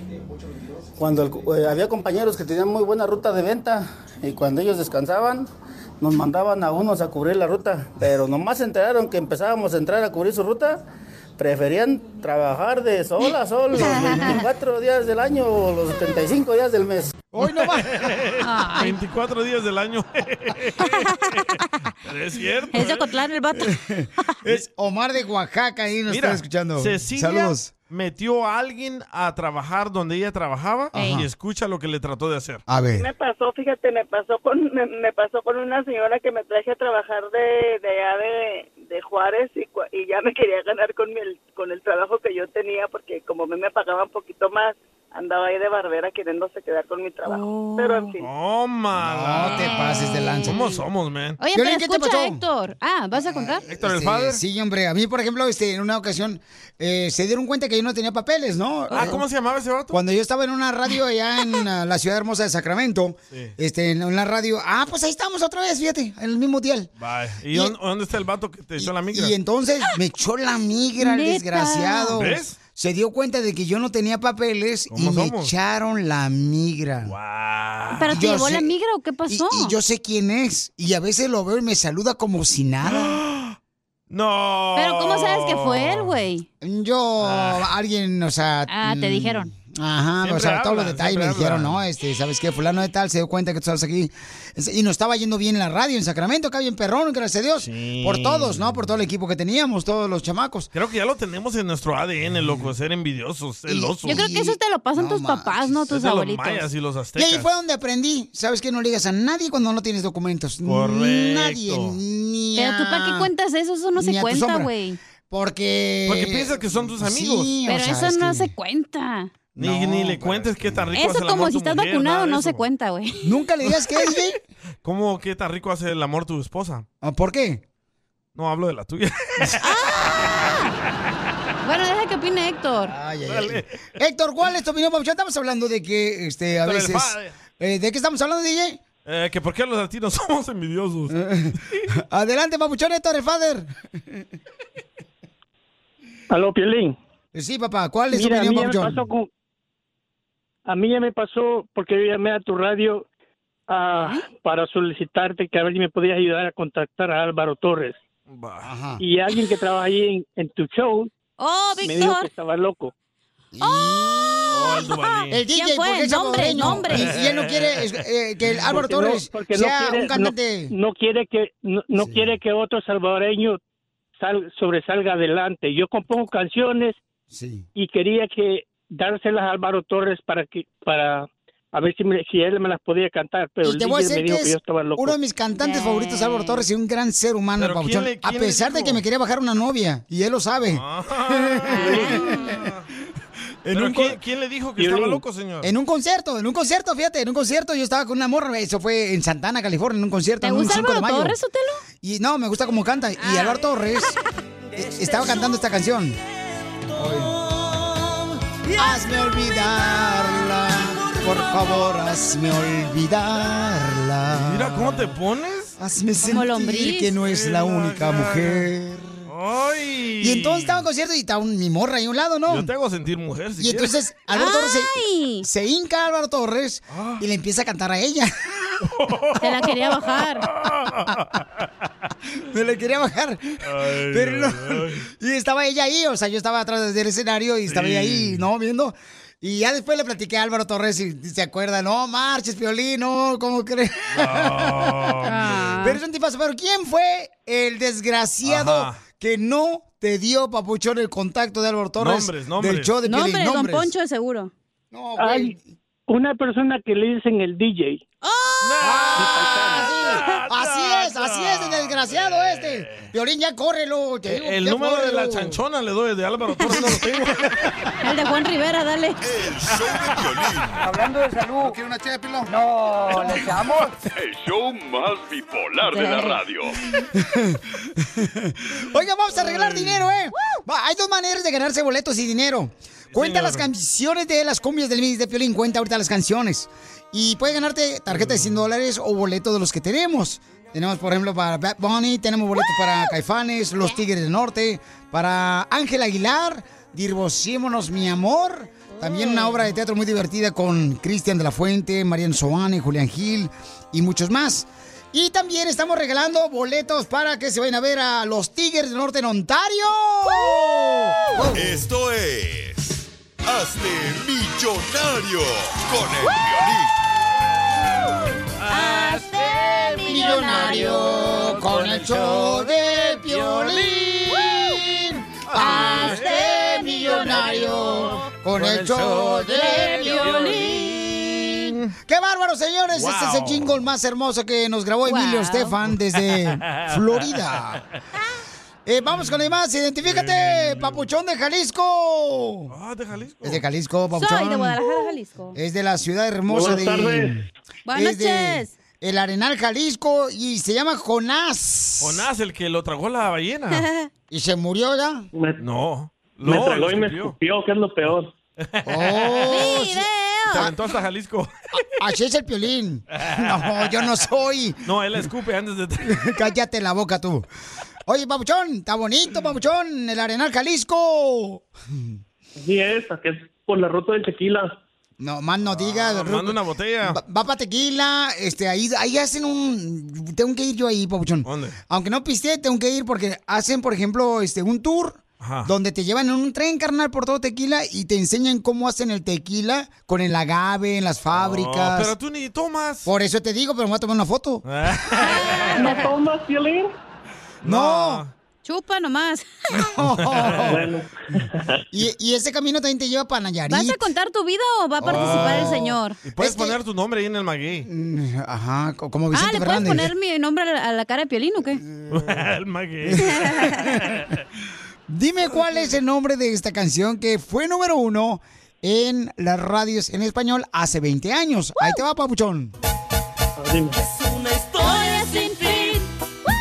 U: cuando el- eh, había compañeros que tenían muy buena ruta de venta, y cuando ellos descansaban, nos mandaban a unos a cubrir la ruta. Pero nomás se enteraron que empezábamos a entrar a cubrir su ruta, preferían trabajar de sol a sol los 24 días del año o los 75 días del mes.
C: Hoy no va.
D: 24 días del año. Pero es cierto.
E: Es de Ocotlán el vato.
C: ¿eh? Es Omar de Oaxaca, ahí nos está escuchando.
D: Cecilia
C: Saludos.
D: metió a alguien a trabajar donde ella trabajaba
C: Ajá.
D: y escucha lo que le trató de hacer.
C: A ver.
V: Me pasó, fíjate, me pasó con me, me pasó con una señora que me traje a trabajar de, de allá de, de Juárez y, cua- y ya me quería ganar con mi- el, con el trabajo que yo tenía porque como a mí me pagaban un poquito más, andaba ahí de barbera queriéndose quedar con mi trabajo. Pero en fin.
D: Toma.
C: No te pases de lanza.
D: ¿Cómo somos, man?
E: Oye, pero
C: Piolín, ¿qué te pasó?
E: escucha, Héctor. Ah, ¿vas a contar?
D: Eh, Héctor,
C: Este, Sí, hombre. A mí, por ejemplo, este, en una ocasión eh, se dieron cuenta que yo no tenía papeles, ¿no? Eh,
D: Ah, ¿cómo se llamaba ese vato?
C: Cuando yo estaba en una radio allá en ah, la ciudad hermosa de Sacramento,
D: Sí.
C: este, en la radio. Ah, pues ahí estamos otra vez, fíjate, en el mismo dial.
D: Bye. ¿Y,
C: Y-
D: dónde, dónde está el vato que te echó la migra?
C: Y entonces me echó la migra el
D: Neta.
C: desgraciado.
D: ¿Ves?
C: Se dio cuenta de que yo no tenía papeles y me
D: somos?
C: echaron la migra.
E: ¿Pero te
C: Yo
E: llevó la
C: sé-
E: migra o qué pasó?
C: Y yo sé quién es. Y a veces lo veo y me saluda como si nada.
D: No.
E: Pero ¿cómo sabes que fue él, güey?
C: Yo, alguien, o sea.
E: Ah, te
C: mm,
E: dijeron.
C: Ajá,
E: Ah. Siempre
C: o sea, todos los
E: hablan,
C: detalles me
E: siempre
C: dijeron,
E: hablan.
C: no, este, ¿sabes qué? Fulano de tal se dio cuenta que tú estabas aquí. Y nos estaba yendo bien en la radio en Sacramento, acá bien perrón, gracias a Dios. Por todos, ¿no? Por todo el equipo que teníamos, todos los chamacos.
D: Creo que ya lo tenemos en nuestro ADN, loco, ser envidiosos, celosos.
E: Yo creo que eso te lo pasan tus papás, no
D: Es de
E: tus
D: los
E: abuelitos.
D: mayas y los
C: Y ahí
D: aztecas.
C: fue donde aprendí, ¿sabes qué? No ligas a nadie cuando no tienes documentos.
D: Correcto.
C: Nadie, ni
E: Pero tú, ¿para qué cuentas eso? Eso no
C: Ni
E: se
C: a tu
E: cuenta,
C: sombra.
E: güey.
C: Porque...
D: Porque piensas que son tus amigos.
E: Pero eso no se cuenta.
D: Ni, ni le cuentes qué tan rico hace
E: Eso
D: el amor
E: como si
D: tu
E: estás
D: mujer,
E: vacunado
D: nada de
E: no
D: eso.
E: se cuenta, güey.
C: Nunca le digas que es
D: ¿Cómo qué tan rico hace el amor tu esposa?
C: Ah, ¿Por qué?
D: No hablo de la tuya.
E: Bueno, deja que opine Héctor.
C: Dale. Héctor, ¿cuál es tu opinión, Papuchón? Estamos hablando de que, este, a
D: Pero el
C: veces...
D: padre.
C: Eh, ¿De qué estamos hablando, DJ?
D: Eh, que por qué los latinos somos envidiosos.
C: Adelante, Papuchón, Héctor, el father.
L: Aló, Piolín.
C: Sí, papá, ¿cuál es tu
L: Mira, a mí ya
C: opinión,
L: me
C: Papuchón?
L: pasó con- A mí ya me pasó porque yo llamé a tu radio ah, para solicitarte que a ver si me podías ayudar a contactar a Álvaro Torres. Y alguien que trabaja ahí en, en tu show
E: ¡Oh,
L: me dijo
E: Víctor!
L: que estaba loco.
E: ¡Oh!
D: al Duvalín.
C: El DJ, porque es
D: Nombre,
C: salvadoreño.
D: nombre.
C: Y, y él no quiere eh, que el
L: Porque
C: Álvaro
L: no-
C: Torres
L: porque no
C: sea
L: quiere-
C: un cantante.
L: No, no quiere que no, no quiere que otro salvadoreño sal- sobresalga adelante. Yo compongo canciones y quería que dárselas a Álvaro Torres para que para a ver si, me- si él me las podía cantar, pero
C: y
L: el
C: te voy a
L: DJ me
C: decir que
L: dijo
C: es
L: que yo estaba loco.
C: uno de mis cantantes favoritos, Álvaro Torres, y un gran ser humano, el
L: Pero
C: papuchón.
L: ¿quién le-
C: a
L: quién le
C: pesar de que me quería bajar una novia, y él lo sabe.
D: Pero ¿quién, quién le dijo que estaba loco, señor?
C: En un concierto, en un concierto, fíjate, en un concierto yo estaba con una morra, eso fue en Santana, California, en un concierto.
E: ¿Te
C: en un
E: gusta
C: 5 de
E: Álvaro
C: mayo.
E: Torres, Sotelo?
C: Y no, me gusta cómo canta. Y Álvaro Torres eh, estaba cantando esta canción. Hazme olvidarla, por favor, hazme olvidarla.
D: Mira cómo te pones.
C: Hazme
D: Como
C: sentir
D: lombriz.
C: que no es la única mujer.
D: Ay.
C: Y entonces estaba en concierto y estaba un- mi morra ahí a un lado, ¿no?
D: Yo te hago sentir mujer si
C: Y entonces
D: quieres. Ah,
C: Álvaro Torres se, se hinca a Álvaro Torres y le empieza a cantar a ella.
E: Te la quería bajar.
C: Me la quería bajar. pero no. Y estaba ella ahí, o sea, yo estaba atrás del escenario y estaba ella ahí, ¿no? Viendo. Y ya después le platiqué a Álvaro Torres y se acuerda, no, marches, Piolín, no, ¿cómo crees? pero es un tipazo. Pero ¿quién fue el desgraciado
D: Ajá.
C: que no te dio, papuchón, el contacto de Álvaro Torres?
D: Nombres, nombres.
C: Del show de Piolín,
E: Nombre, don
C: nombres.
E: Poncho, de seguro.
C: No,
L: Hay una persona que le dicen el DJ.
C: Así es, así es, el desgraciado este. Piolín, ya córrelo. te digo,
D: Eh, El
C: ya
D: número de la
C: córrelo.
D: chanchona le doy de Álvaro Torres, no lo tengo.
E: El de Juan Rivera, dale.
S: Hablando de salud. ¿No quiere una ché de pilón? No, le echamos.
G: El show más bipolar de la radio.
C: Oiga, vamos a arreglar dinero, ¿eh? Va, hay dos maneras de ganarse boletos y dinero. Cuenta las canciones de las cumbias del mix de Piolín, cuenta ahorita las canciones. Y puedes ganarte tarjeta de 100 dólares o boletos de los que tenemos. Tenemos, por ejemplo, para Bad Bunny, tenemos boletos para Caifanes, Los Tigres del Norte, para Ángel Aguilar, Divorciémonos, mi amor. También una obra de teatro muy divertida con Cristian de la Fuente, Marian Soane, Julián Gil y muchos más. Y también estamos regalando boletos para que se vayan a ver a los Tigres del Norte en Ontario.
R: Esto es. Hazte millonario con el violín.
C: Hazte millonario con el show de Piolín. Hazte millonario con el show de Piolín. ¡Qué bárbaro, señores!
M: Wow.
C: Este es el jingle más hermoso que nos grabó Emilio Estefan desde Florida. Eh, vamos con el más. Identifícate, papuchón de Jalisco.
D: Ah, de Jalisco.
C: Es de Jalisco, papuchón.
E: Soy de Guadalajara, Jalisco.
C: Es de la ciudad hermosa
E: Buenas
C: de.
D: tardes.
E: Buenas
C: es de
E: noches.
C: El Arenal, Jalisco, y se llama Jonás.
D: Jonás, el que lo tragó la ballena.
C: ¿Y se murió ya?
D: no.
L: Me
D: No,
L: tragó
D: lo
L: y me
D: escupió.
L: escupió, que es lo peor.
C: ¡Oh! sí.
D: Se aventó hasta Jalisco.
C: Así es el piolín. No, yo no soy.
D: No, él la escupe antes de...
C: Cállate la boca tú. Oye, papuchón, está bonito, papuchón, el Arenal, Jalisco.
L: Así es, aquí es por la ruta del tequila.
C: No, más no digas. Ru-
D: Ah, manda una botella.
C: Va, va pa' tequila, este, ahí, ahí hacen un... Tengo que ir yo ahí, papuchón.
D: ¿Dónde?
C: Aunque no piste, tengo que ir porque hacen, por ejemplo, este, un tour
D: Ajá.
C: donde te llevan en un tren carnal por todo tequila y te enseñan cómo hacen el tequila con el agave en las fábricas.
D: Oh, pero tú ni tomas. Ah.
C: Por eso te digo, pero me voy a tomar una foto.
L: ¿No tomas, Piolín?
C: No.
E: Chupa nomás.
C: Oh.
L: Bueno.
C: y, y ese camino también te lleva para Nayarit. Ah.
E: ¿Vas a contar tu vida o va a participar el señor?
D: Ah. Y puedes poner tu nombre ahí en el maguey.
C: Mm, Ajá, co- como
E: Ah,
C: Vicente
E: ¿le puedes
C: Fernández.
E: poner mi nombre a la- a la cara de Piolín o qué?
D: el maguey.
C: Dime cuál es el nombre de esta canción que fue número uno en las radios en español hace 20 años. Ahí te va, papuchón.
M: Una historia sin fin.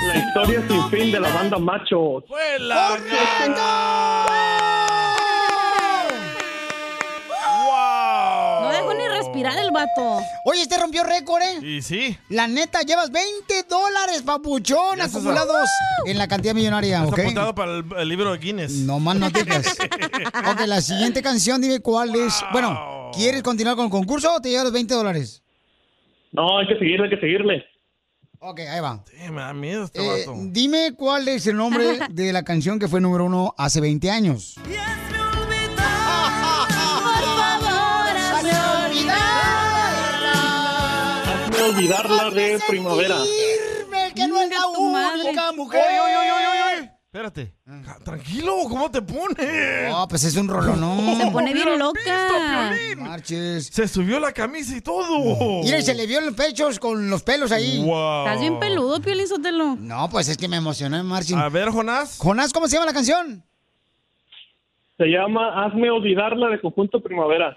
L: La historia sin fin de la banda Macho.
E: No dejo ni respirar el vato.
C: Oye, este rompió récord, ¿eh?
D: Y sí.
C: La neta, llevas 20 dólares, papuchón,
D: estás
C: acumulados en la cantidad millonaria,
D: Está
C: ¿ok?
D: apuntado para el, el libro de Guinness.
C: No más no digas. Ok, la siguiente canción, dime cuál es. Bueno, ¿quieres continuar con el concurso o te llevas los 20 dólares?
L: No, hay que seguirle, hay que seguirle.
C: Ok, ahí va.
D: Sí, me da miedo este
C: Eh,
D: vato.
C: dime cuál es el nombre de la canción que fue número uno hace 20 años.
M: Por favor,
W: olvidarla de primavera.
C: Irme, que no es la única mujer.
D: Espérate. Ja, Tranquilo, ¿cómo te pones?
C: No, pues es un rolón, ¿no?
E: Se pone bien
D: Mira,
E: loca.
D: Se subió la camisa y todo.
C: Mira, y se le vio los pechos con los pelos Pues ahí.
D: Wow.
E: Estás bien peludo, Piolín Sotelo.
C: No, pues es que me emocioné, Marcin. A
D: ver, Jonás.
C: Jonás, ¿cómo se llama la canción?
W: Se llama Hazme olvidarla de conjunto primavera.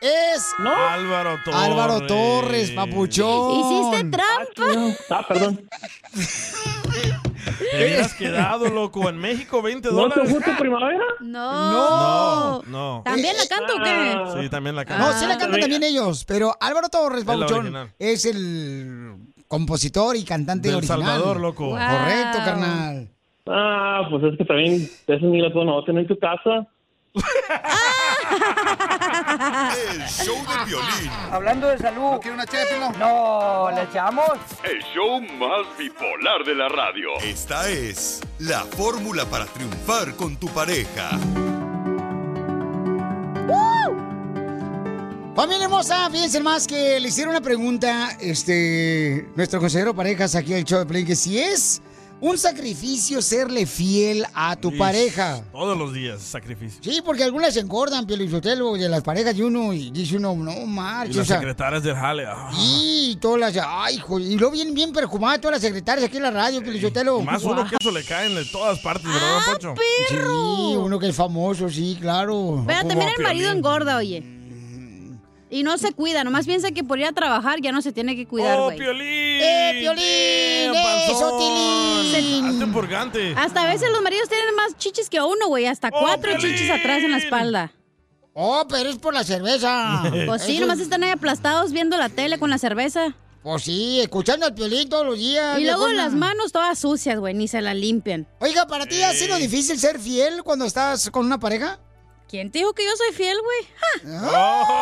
C: Es
D: Álvaro Torres.
C: Álvaro Torres, papuchón.
E: Hiciste trampa.
W: Ah, perdón.
D: Te hubieras quedado, loco. En México,
W: ¿No
D: 20
W: es
D: dólares.
W: conjunto primavera?
E: No.
D: No, no.
E: ¿También la canto o qué? Ah.
D: Sí, también la canta.
C: Ah. No, sí la cantan también ellos, pero Álvaro Torres
D: la
C: Pabuchón
D: original.
C: es el compositor y cantante
W: Del
C: original.
W: Salvador, loco. Wow.
C: Correcto, carnal.
W: Ah, pues es que también esas ni las van a tener en tu casa.
R: El show de violín.
S: Hablando de salud. ¿No quiere una ché de No, ¿le echamos?
G: El show más bipolar de la radio.
R: Esta es la fórmula para triunfar con tu pareja.
C: Familia hermosa, fíjense más que le hicieron una pregunta, este, nuestro consejero de parejas aquí al show de Play, que si es un sacrificio serle fiel a tu
D: Ish,
C: pareja.
D: Todos los días, sacrificio.
C: Sí, porque algunas se engordan, Piolín Sotelo, de las parejas de uno, y dice uno, no
D: Y
C: marches, o
D: las
C: sea,
D: secretarias del Jale. ah.
C: y todas las, ay, hijo, y luego bien, bien perjumada todas las secretarias aquí en la radio, Piolín Sotelo.
D: Más uno que eso le caen de todas partes, ¿verdad,
C: Ah.
D: don Poncho?
C: Sí, uno que es famoso, sí, claro.
E: Pero también el marido engorda, oye. Y no se cuida, nomás piensa que por ir a trabajar ya no se tiene que cuidar,
D: ¡Oh,
E: güey.
D: Piolín!
E: ¡Eh,
D: ¡Eh,
E: Piolín!
D: panzón! Hazte un purgante. Oh,
E: Hasta a veces los maridos tienen más chichis que uno, güey. Hasta cuatro chichis atrás en la espalda.
C: Oh, pero es por la cerveza.
E: Pues sí,
C: Eso-
E: nomás están ahí aplastados viendo la tele con la cerveza.
C: Pues sí, escuchando al Piolín todos los días.
E: Y luego
C: viejona.
E: las manos todas sucias, güey, ni se las limpian.
C: Oiga, ¿para ti ha sido difícil ser fiel cuando estás con una pareja?
E: ¿Quién te dijo que yo soy fiel, güey?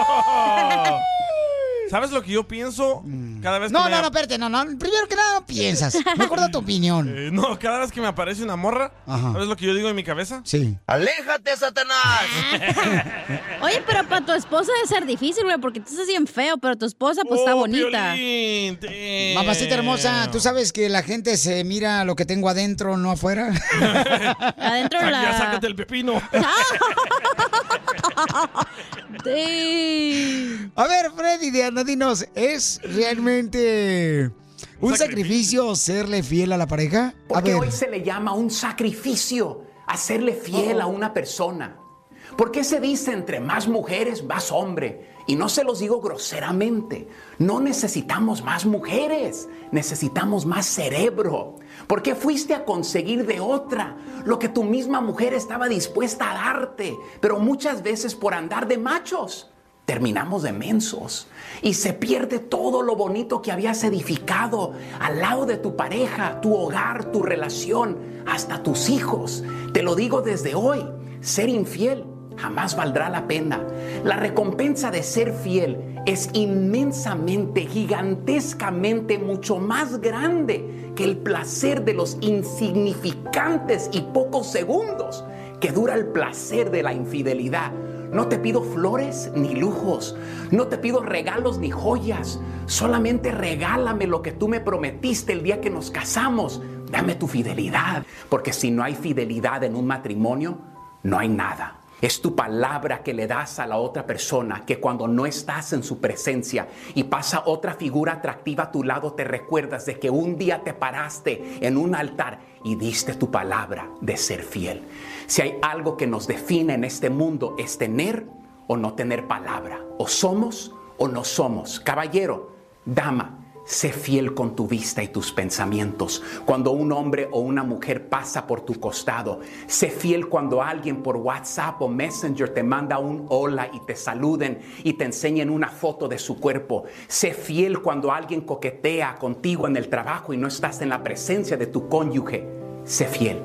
D: Oh. ¿Sabes lo que yo pienso? Cada vez que
C: Ah. Mm. No,
D: me
C: no, no, espérate, no, no. Primero que nada, piensas. Mejor da tu opinión.
D: Eh, no, cada vez que me aparece una morra, ¿sabes lo que yo digo en mi cabeza?
C: Sí.
E: ¡Aléjate, Satanás! Oye, pero para tu esposa debe ser difícil, güey, porque tú estás bien feo, pero tu esposa pues
D: Oh,
E: está bonita.
C: Mamacita
E: Eh.
C: hermosa, ¿tú sabes que la gente se mira lo que tengo adentro, no afuera?
E: Adentro
D: Sa-
E: la...
D: Ya sácate el pepino.
C: A ver, Freddy de Anda, dinos, ¿es realmente un sacrificio serle fiel a la pareja? A
A: Porque
C: ver.
A: hoy se le llama un sacrificio hacerle fiel a una persona. ¿Por qué se dice entre más mujeres, más hombre? Y no se los digo groseramente. No necesitamos más mujeres, necesitamos más cerebro. ¿Por qué fuiste a conseguir de otra lo que tu misma mujer estaba dispuesta a darte? Pero muchas veces por andar de machos terminamos de mensos y se pierde todo lo bonito que habías edificado al lado de tu pareja, tu hogar, tu relación, hasta tus hijos. Te lo digo desde hoy, ser infiel jamás valdrá la pena. La recompensa de ser fiel es inmensamente, gigantescamente, mucho más grande que el placer de los insignificantes y pocos segundos que dura el placer de la infidelidad. No te pido flores ni lujos, no te pido regalos ni joyas, solamente regálame lo que tú me prometiste el día que nos casamos, dame tu fidelidad, porque si no hay fidelidad en un matrimonio, no hay nada. Es tu palabra que le das a la otra persona que cuando no estás en su presencia y pasa otra figura atractiva a tu lado, te recuerdas de que un día te paraste en un altar y diste tu palabra de ser fiel. Si hay algo que nos define en este mundo es tener o no tener palabra. O somos o no somos. Caballero, dama, Sé fiel con tu vista y tus pensamientos. Cuando un hombre o una mujer pasa por tu costado, sé fiel cuando alguien por WhatsApp o Messenger te manda un hola y te saluden y te enseñen una foto de su cuerpo. Sé fiel cuando alguien coquetea contigo en el trabajo y no estás en la presencia de tu cónyuge. Sé fiel.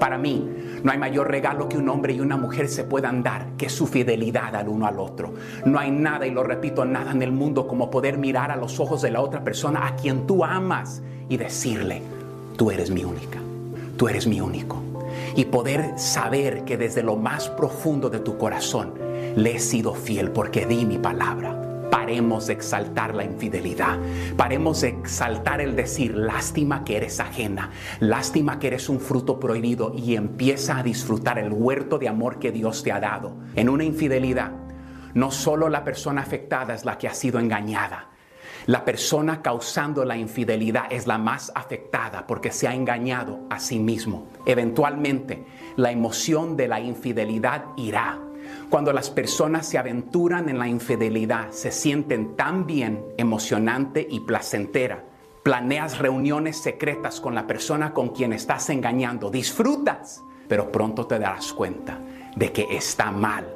A: Para mí, no hay mayor regalo que un hombre y una mujer se puedan dar que su fidelidad al uno al otro. No hay nada, y lo repito, nada en el mundo como poder mirar a los ojos de la otra persona a quien tú amas y decirle, tú eres mi única, tú eres mi único. Y poder saber que desde lo más profundo de tu corazón le he sido fiel porque di mi palabra. Paremos de exaltar la infidelidad. Paremos de exaltar el decir, lástima que eres ajena, lástima que eres un fruto prohibido y empieza a disfrutar el huerto de amor que Dios te ha dado. En una infidelidad, no solo la persona afectada es la que ha sido engañada, la persona causando la infidelidad es la más afectada porque se ha engañado a sí mismo. Eventualmente, la emoción de la infidelidad irá. Cuando las personas se aventuran en la infidelidad, se sienten tan bien, emocionante y placentera. Planeas reuniones secretas con la persona con quien estás engañando, disfrutas, pero pronto te darás cuenta de que está mal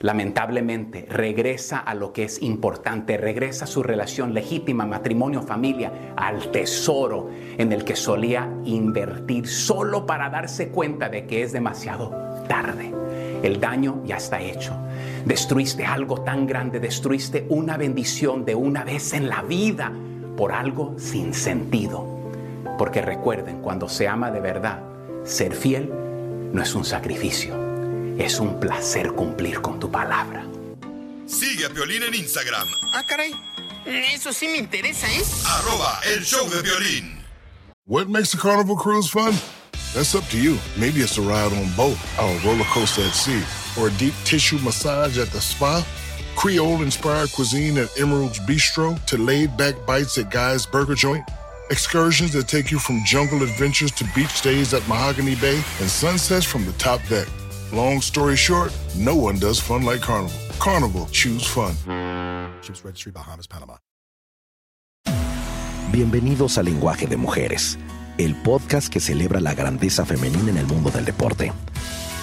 A: lamentablemente regresa a lo que es importante, regresa a su relación legítima, matrimonio, familia, al tesoro en el que solía invertir solo para darse cuenta de que es demasiado tarde. El daño ya está hecho. Destruiste algo tan grande, destruiste una bendición de una vez en la vida por algo sin sentido. Porque recuerden, cuando se ama de verdad, ser fiel no es un sacrificio. Es un placer cumplir con tu palabra.
R: Sigue a Violín en Instagram.
M: Ah, caray. Eso sí me interesa, ¿eh?
R: Arroba el show de violín.
B: What makes a carnival cruise fun? That's up to you. Maybe it's a ride on boat, a roller coaster at sea, or a deep tissue massage at the spa. Creole inspired cuisine at Emerald's Bistro to laid back bites at Guy's Burger Joint. Excursions that take you from jungle adventures to beach days at Mahogany Bay and sunsets from the top deck. Long story short, no one does fun like Carnival. Carnival, choose fun. Ships Registry, Bahamas, Panama.
I: Bienvenidos a Lenguaje de Mujeres, el podcast que celebra la grandeza femenina en el mundo del deporte.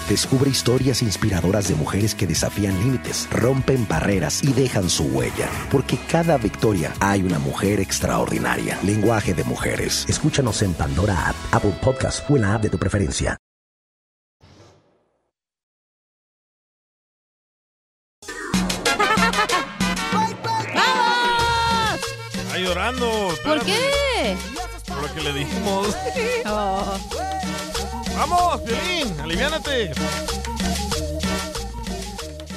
I: Descubre historias inspiradoras de mujeres que desafían límites, rompen barreras y dejan su huella. Porque cada victoria hay una mujer extraordinaria. Lenguaje de Mujeres. Escúchanos en Pandora App, Apple Podcast o en la app de tu preferencia.
D: Está llorando.
E: ¿Por
D: espérate.
E: qué?
D: Por lo que le dijimos. Vamos, Violín, aliviánate.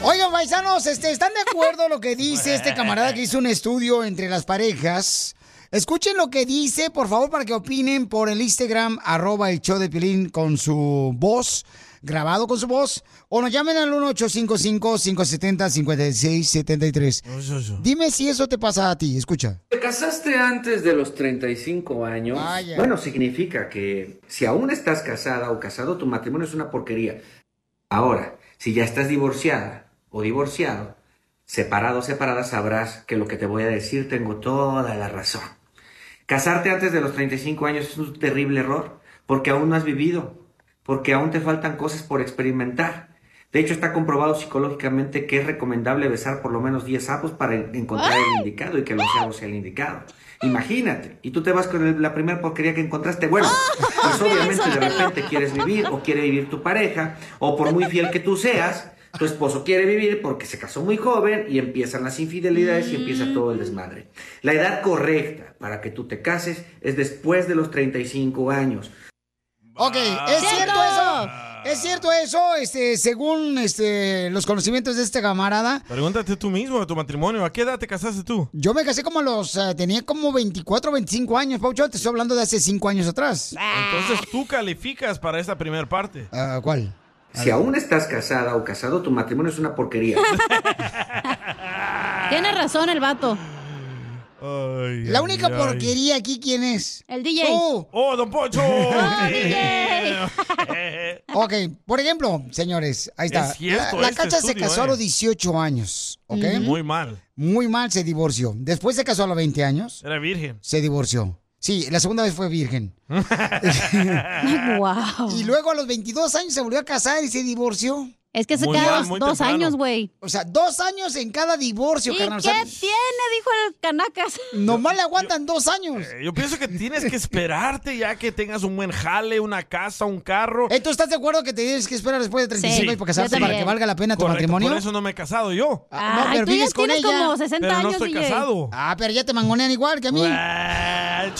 C: Oigan, paisanos, este, ¿están de acuerdo lo que dice este camarada que hizo un estudio entre las parejas? Escuchen lo que dice, por favor, para que opinen por el Instagram, arroba el show de Pilín con su voz, grabado con su voz, o nos llamen al 1-855-570-5673. Dime si eso te pasa a ti, escucha.
J: Te casaste antes de los 35 años.
C: Vaya.
J: Bueno, significa que si aún estás casada o casado, tu matrimonio es una porquería. Ahora, si ya estás divorciada o divorciado, separado o separada, sabrás que lo que te voy a decir tengo toda la razón. Casarte antes de los 35 años es un terrible error, porque aún no has vivido, porque aún te faltan cosas por experimentar. De hecho, está comprobado psicológicamente que es recomendable besar por lo menos 10 sapos para en- encontrar el indicado y que el onceavo sea el indicado. Imagínate, y tú te vas con el- la primera porquería que encontraste. Bueno, pues obviamente de repente quieres vivir o quiere vivir tu pareja, o por muy fiel que tú seas, tu esposo quiere vivir porque se casó muy joven y empiezan las infidelidades y empieza todo el desmadre. La edad correcta para que tú te cases es después de los 35 años.
C: Ok, ¿es cierto eso? ¿Es cierto eso? Este, según este, los conocimientos de este camarada,
D: Pregúntate tú mismo de tu matrimonio. ¿A qué edad te casaste tú?
C: yo me casé como a los... eh, tenía como 24, 25 años, Paucho. Te estoy hablando de hace 5 años atrás.
D: Ah, Entonces tú calificas para esta primera parte.
C: Ah, ¿Cuál?
J: Si aún estás casada o casado, tu matrimonio es una porquería.
E: Tiene razón el vato.
C: La única porquería aquí, ¿quién es?
E: El DJ.
C: Tú.
D: ¡Oh, don Pocho!
C: Ok, por ejemplo, señores, ahí está.
D: Es cierto,
C: la la
D: este
C: cacha se
D: estudio,
C: casó a
D: eh.
C: los 18 años, ¿ok?
D: Ujú. Muy mal.
C: Muy mal se divorció. Después se casó a los 20 años,
D: Era virgen.
C: se divorció. Sí, la segunda vez fue virgen. Y luego a los 22 años se volvió a casar y se divorció.
E: Es que se Muy queda mal, dos- muy dos temprano. años,
C: güey. O sea, dos años en cada divorcio,
E: ¿Y
C: carnal.
E: qué tiene? Dijo el canacas.
C: Nomás le aguantan dos años.
D: Eh, Yo pienso que tienes que esperarte ya que tengas un buen jale, una casa, un carro.
C: ¿Eh, ¿Tú estás de acuerdo que te tienes que esperar después de 35 años para casarte para que valga la pena tu
D: Correcto,
C: matrimonio?
D: Por eso no me he casado yo.
C: Ah, no, pero vives con ella.
D: Pero no estoy casado.
C: Ah, pero ya te mangonean igual que a mí.
D: Ah,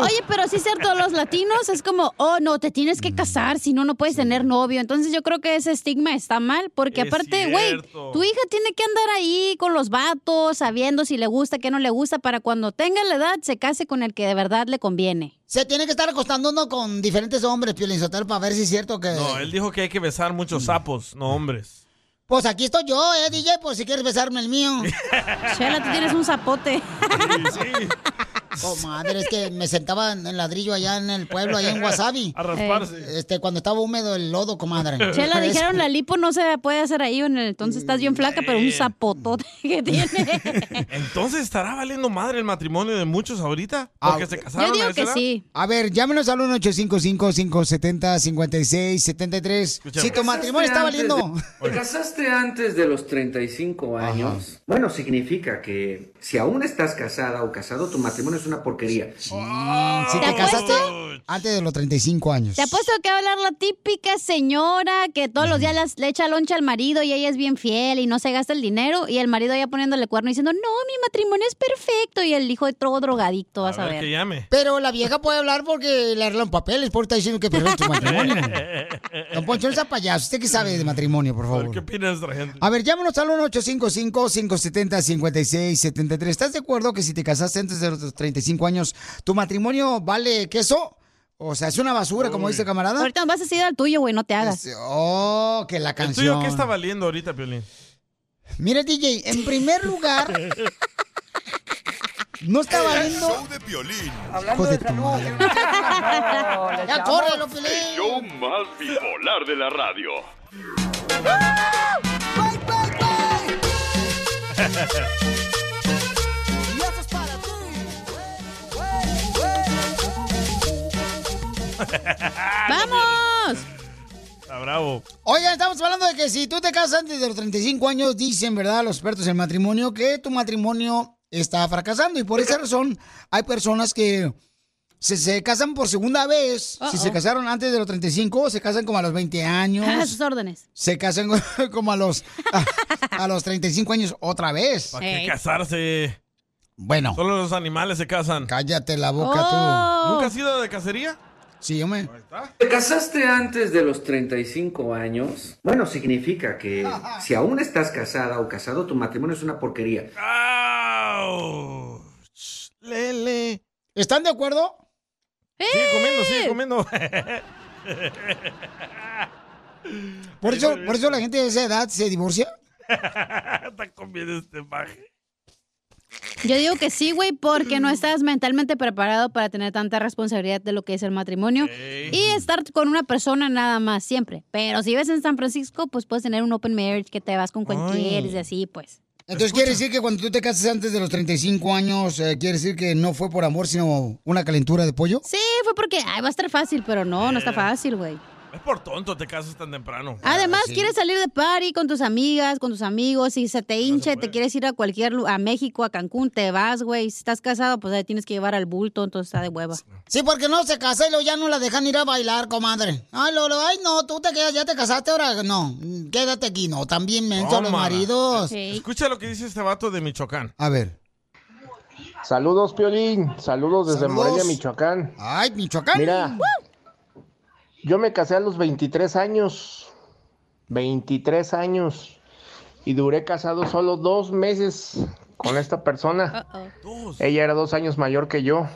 E: Oye, pero sí es cierto, los latinos es como, oh, no, te tienes que casar, si no, no puedes tener novio. Entonces yo creo que ese estigma está mal, porque
M: Es
E: aparte, güey,
M: cierto.
E: tu hija tiene que andar ahí con los vatos, sabiendo si le gusta, qué no le gusta, para cuando tenga la edad se case con el que de verdad le conviene.
C: Se tiene que estar acostando uno con diferentes hombres, Piolín Sotelo, para ver si es cierto que...
D: No, él dijo que hay que besar muchos sapos, no hombres.
C: Pues aquí estoy yo, eh, DJ, por si quieres besarme el mío.
E: Chela, tú tienes un zapote.
C: Comadre, es que me sentaba en el ladrillo allá en el pueblo, allá en Wasabi.
E: A rasparse.
C: Este, cuando estaba húmedo el lodo, comadre.
E: Eh. Chela,
C: Fresco.
E: dijeron la lipo no se puede hacer ahí, en el- entonces estás bien flaca, pero un zapotote que tiene.
D: Entonces, ¿estará valiendo madre el matrimonio de muchos ahorita? Porque
C: Ah,
D: se casaron a esa edad?
C: A ver, llámenos al 1-855-570-5673. Si tu matrimonio está
J: Casaste antes
C: valiendo.
J: de- te casaste antes de los 35 años. Bueno, significa que si aún estás casada o casado, tu matrimonio es una porquería.
E: Ah.
C: Si te casaste antes de los 35 años.
E: Te apuesto que va a hablar la típica señora que todos los días las- le echa loncha al marido y ella es bien fiel y no se gasta el dinero y el marido ya poniéndole cuerno diciendo, no, mi matrimonio es perfecto y el hijo de todo drogadicto, vas a, ver.
D: llame.
C: Pero la vieja puede hablar porque le arreglan papeles, porque está diciendo que es perfecto su matrimonio. Don Poncho, no sea payaso. ¿Usted qué sabe de matrimonio, por favor?
D: ¿Qué opina nuestra gente?
C: A ver, llámanos al 1-855-570-5673. ¿Estás de acuerdo que si te casaste antes de los 35 años, tu matrimonio vale queso? O sea, es una basura, como dice el camarada.
E: Ahorita vas a decir al tuyo, güey, no te hagas.
C: Oh, que la
D: ¿El tuyo
C: canción.
D: qué está valiendo ahorita, Piolín?
C: Mira, eh, DJ, en primer lugar, no está valiendo.
R: show de violín.
C: Hablando de salud.
M: Ya
C: córrelo,
G: El show más bipolar de la radio.
E: ¡Vamos!
D: Está bravo.
C: Oigan, estamos hablando de que si tú te casas antes de los 35 años, dicen, ¿verdad? Los expertos en matrimonio, que tu matrimonio está fracasando. Y por esa razón hay personas que se, se casan por segunda vez. Si
E: Uh-oh. Ah,
C: se casaron antes de los 35, se casan como a los 20 años.
E: A sus órdenes.
C: Se casan como a los, a, a los 35 años otra vez.
D: ¿Para qué casarse?
C: Bueno.
D: Solo los animales se casan.
C: Cállate la
J: boca, tú. Oh.
D: ¿Nunca has ido de cacería?
C: Sí, hombre.
J: ¿Te casaste antes de los 35 años? Bueno, significa que si aún estás casada o casado, tu matrimonio es una porquería.
D: Lele.
C: ¿Están de acuerdo?
D: Sigue comiendo, sigue comiendo.
C: Por eso, por eso la gente de esa edad se divorcia.
D: Está comiendo este maje.
E: Yo digo que sí, güey, porque no estás mentalmente preparado para tener tanta responsabilidad de lo que es el matrimonio y estar con una persona nada más siempre. Pero si ves en San Francisco, pues puedes tener un open marriage que te vas con cualquiera y así, pues.
C: Entonces quiere decir que cuando tú te casas antes de los 35 años, eh, quiere decir que no fue por amor, sino una calentura de pollo.
E: Sí, fue porque ay, va a estar fácil, pero no, no está
D: Eh.
E: fácil, güey.
D: Es por tonto, te casas tan temprano.
C: Ah,
E: Además, quieres salir de party con tus amigas, con tus amigos, si se te hincha y te quieres ir a cualquier lugar, a México, a Cancún, te vas, güey. Si estás casado, pues ahí tienes que llevar al bulto, entonces está de hueva.
C: Sí, porque no se casa y luego ya no la dejan ir a bailar, comadre. Ay, Lolo, ay, no, tú te quedas, ya te casaste ahora. No, mm, quédate aquí, no, también menso a los
D: Tómala.
C: maridos.
D: Escucha lo que dice este vato de Michoacán.
C: A ver.
H: Saludos, Piolín. Saludos desde
D: Saludos.
H: Morelia, Michoacán.
C: Ay, Michoacán.
H: Mira, yo me casé a los 23 años. 23 años. Y duré casado solo dos meses con esta persona. Ella era dos años mayor que yo.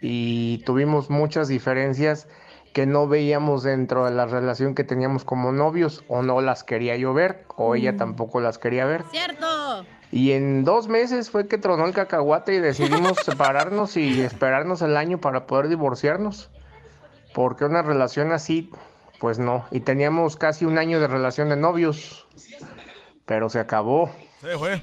H: Y tuvimos muchas diferencias que no veíamos dentro de la relación que teníamos como novios. O no las quería yo ver, o ella
E: Mm.
H: tampoco las quería ver.
E: ¡Cierto!
H: Y en dos meses fue que tronó el cacahuate y decidimos separarnos y esperarnos el año para poder divorciarnos. Porque una relación así, pues no. Y teníamos casi un año de relación de novios. Pero se acabó.
D: Se fue.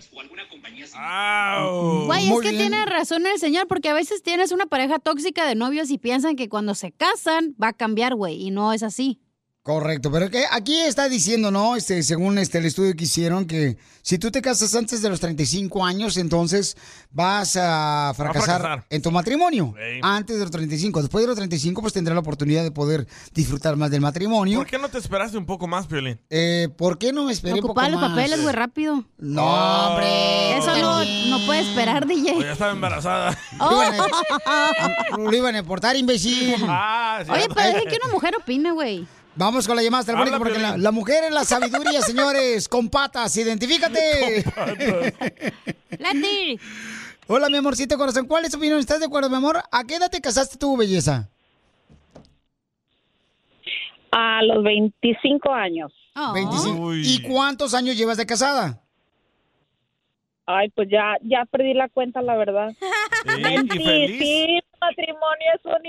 D: ¡Au!
E: Güey, es que tiene razón el señor, porque a veces tienes una pareja tóxica de novios y piensan que cuando se casan va a cambiar, güey, y no es así.
C: Correcto, pero que aquí está diciendo, ¿no? Este, según este el estudio que hicieron, que si tú te casas antes de los 35 años, entonces vas a fracasar,
D: fracasar.
C: en tu matrimonio.
D: Ey.
C: Antes de los 35. Después de los 35, pues tendrás la oportunidad de poder disfrutar más del matrimonio.
D: ¿Por qué no te esperaste un poco más, Piolín?
C: Eh, ¿Por qué no me esperé un poco
E: Ocupar los
C: más? eh.
E: papeles, güey, rápido.
C: No,
D: Ah.
C: hombre.
E: Eso no, no puede esperar, DJ.
D: O ya estaba embarazada.
C: em, Lo iban a importar, imbécil.
E: Oh. Oye, pero dejen que una mujer opine, güey.
C: Vamos con la llamada telefónica
E: Habla,
C: porque la,
E: Piolín.
C: la mujer es la sabiduría, señores. Con patas, identifícate.
E: Lati.
C: Hola, mi amorcito corazón. ¿Cuál es tu opinión? ¿Estás de acuerdo, mi amor? ¿A qué edad te casaste tú, belleza?
X: A los 25 años.
C: 25. ¿Y cuántos años llevas de casada?
X: Ay, pues ya, ya perdí la cuenta, la verdad.
M: y feliz.
X: sí, matrimonio es un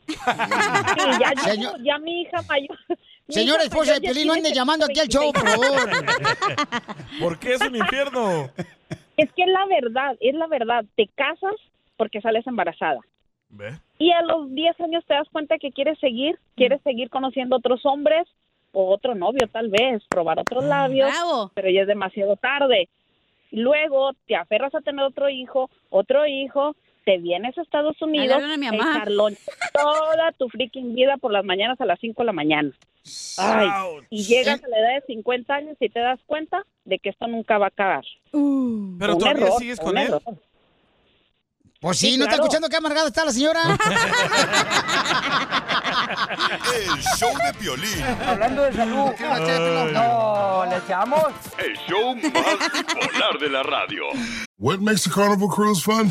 X: infierno. Sí, ya,
C: Señor-
X: ya mi hija mayor. mi
C: Señora
X: hija
C: esposa de
X: mayor ya
C: Piolín, no
X: pues tiene
C: ande llamando aquí al show, por
X: 26.
C: favor.
D: ¿Por qué es un infierno?
X: Es que es la verdad, es la verdad. Te casas porque sales embarazada.
D: ¿Ve?
X: Y a los 10 años te das cuenta que quieres seguir, quieres seguir conociendo otros hombres o otro novio tal vez, probar otros
E: Ah,
X: labios, pero ya es demasiado tarde. Luego te aferras a tener otro hijo, otro hijo, te vienes a Estados Unidos,
E: Háblale a mi
X: te
E: mamá.
X: encarloñas toda tu freaking vida por las mañanas a las 5 de la mañana. Ay, y llegas a la edad de 50 años y te das cuenta de que esto nunca va a acabar.
D: Pero
X: Uh, Un
D: todavía
X: error,
D: sigues
X: un
D: con él.
X: error.
C: Pues sí,
X: Sí,
C: no está
X: claro.
C: escuchando qué amargada está la señora.
R: El show de Piolín.
S: Hablando de salud. No, ¿le echamos?
G: El show más bipolar de la radio.
B: What makes the Carnival Cruise fun?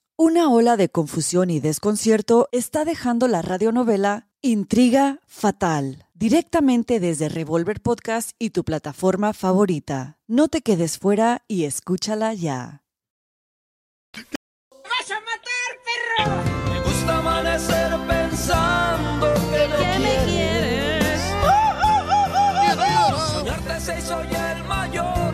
Y: Una ola de confusión y desconcierto está dejando la radionovela Intriga Fatal, directamente desde Revolver Podcast y tu plataforma favorita. No te quedes fuera y escúchala ya.
M: ¡Vas a matar, perro! Me gusta amanecer pensando que no me quieres. Soñarte se soy el mayor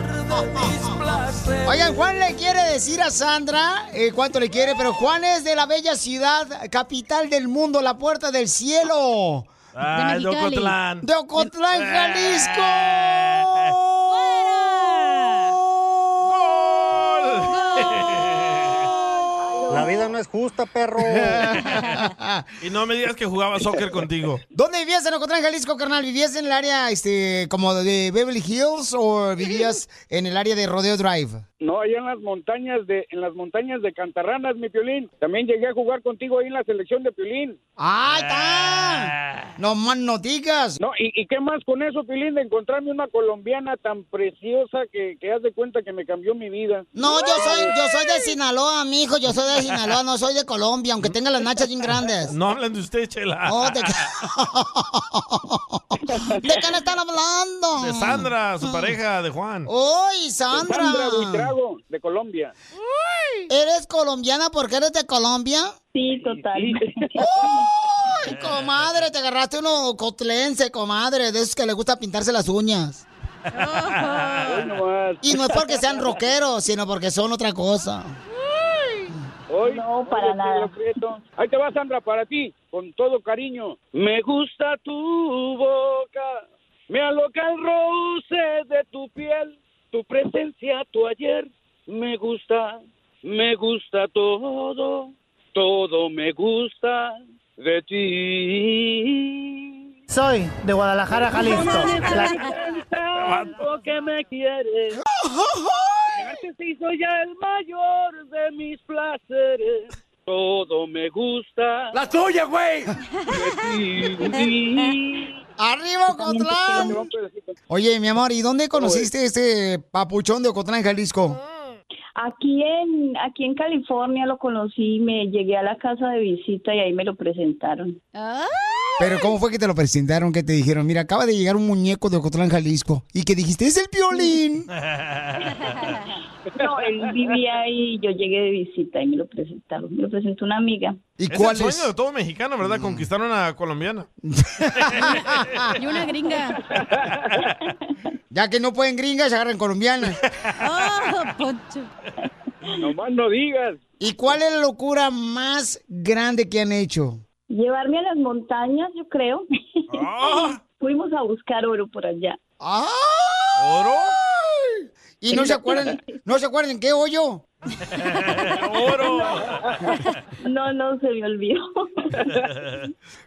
M: de mis placeres.
C: Oigan, Juan le quiere decir a Sandra eh, cuánto le quiere, pero Juan es de la bella ciudad, capital del mundo, la puerta del cielo.
D: Ah, De de Mexicali. Ocotlán.
C: De Ocotlán, Jalisco.
S: La vida no es justa, perro.
D: y no me digas que jugaba soccer contigo.
C: ¿Dónde vivías en Ocotlán, Jalisco, carnal? ¿Vivías en el área este, como de Beverly Hills o vivías en el área de Rodeo Drive?
Z: No, allá en las montañas de en las montañas de Cantarranas, mi Piolín. También llegué a jugar contigo ahí en la selección de Piolín.
C: ¡Ay, Ah. está! No más no digas.
Z: No, ¿y, y qué más con eso, Piolín, de encontrarme una colombiana tan preciosa que, que haz de cuenta que me cambió mi vida?
C: No, yo soy, yo soy de Sinaloa, mijo, yo soy de Sinaloa, no soy de Colombia, aunque tenga las nachas bien grandes.
D: No hablan de usted, Chela.
C: Oh, te- ¿De qué le están hablando?
D: De Sandra, su pareja, de Juan.
C: ¡Uy, Oh, Sandra!
D: Sandra Buitrago,
Z: de Colombia.
C: ¿Eres colombiana porque eres de Colombia?
Z: Sí, total.
C: ¡Ay, comadre! Te agarraste uno cotlense, comadre, de esos que le gusta pintarse las uñas. Y no es porque sean rockeros, sino porque son otra cosa.
Z: Hoy, no, para nada. Ahí te va, Sandra, para ti, con todo cariño. Me gusta tu boca, me aloca el roce de tu piel, tu presencia, tu ayer. Me gusta, me gusta todo, todo me gusta de ti.
U: Soy de Guadalajara, Jalisco. La-
Z: Tanto que me quieres. Antes sí soy el mayor de mis placeres. Todo me gusta. ¡La tuya, güey!
C: ¡Arriba, Ocotlán! Oye, mi amor, ¿y dónde conociste este papuchón de Ocotlán, Jalisco?
X: Aquí en, aquí en
F: Ah,
X: California lo conocí, me llegué a la casa de visita y ahí me lo presentaron.
C: Pero ¿cómo fue que te lo presentaron? Que te dijeron, mira, acaba de llegar un muñeco de Ocotlán, Jalisco. Y que dijiste, es el violín.
F: No, él vivía ahí, yo llegué de visita y me lo presentaron. Me lo presentó una amiga.
D: es el sueño de todo mexicano, ¿verdad? Conquistar una colombiana.
F: Y una gringa.
C: Ya que no pueden gringas, agarran colombianas.
F: Oh,
Z: Nomás no digas.
C: ¿Y cuál es la locura más grande que han hecho?
F: Llevarme a las montañas, yo creo. Fuimos a buscar oro por allá.
C: Ah. ¿Oro? ¿Y no se acuerdan, no se acuerdan qué hoyo?
F: No, no, se me olvidó.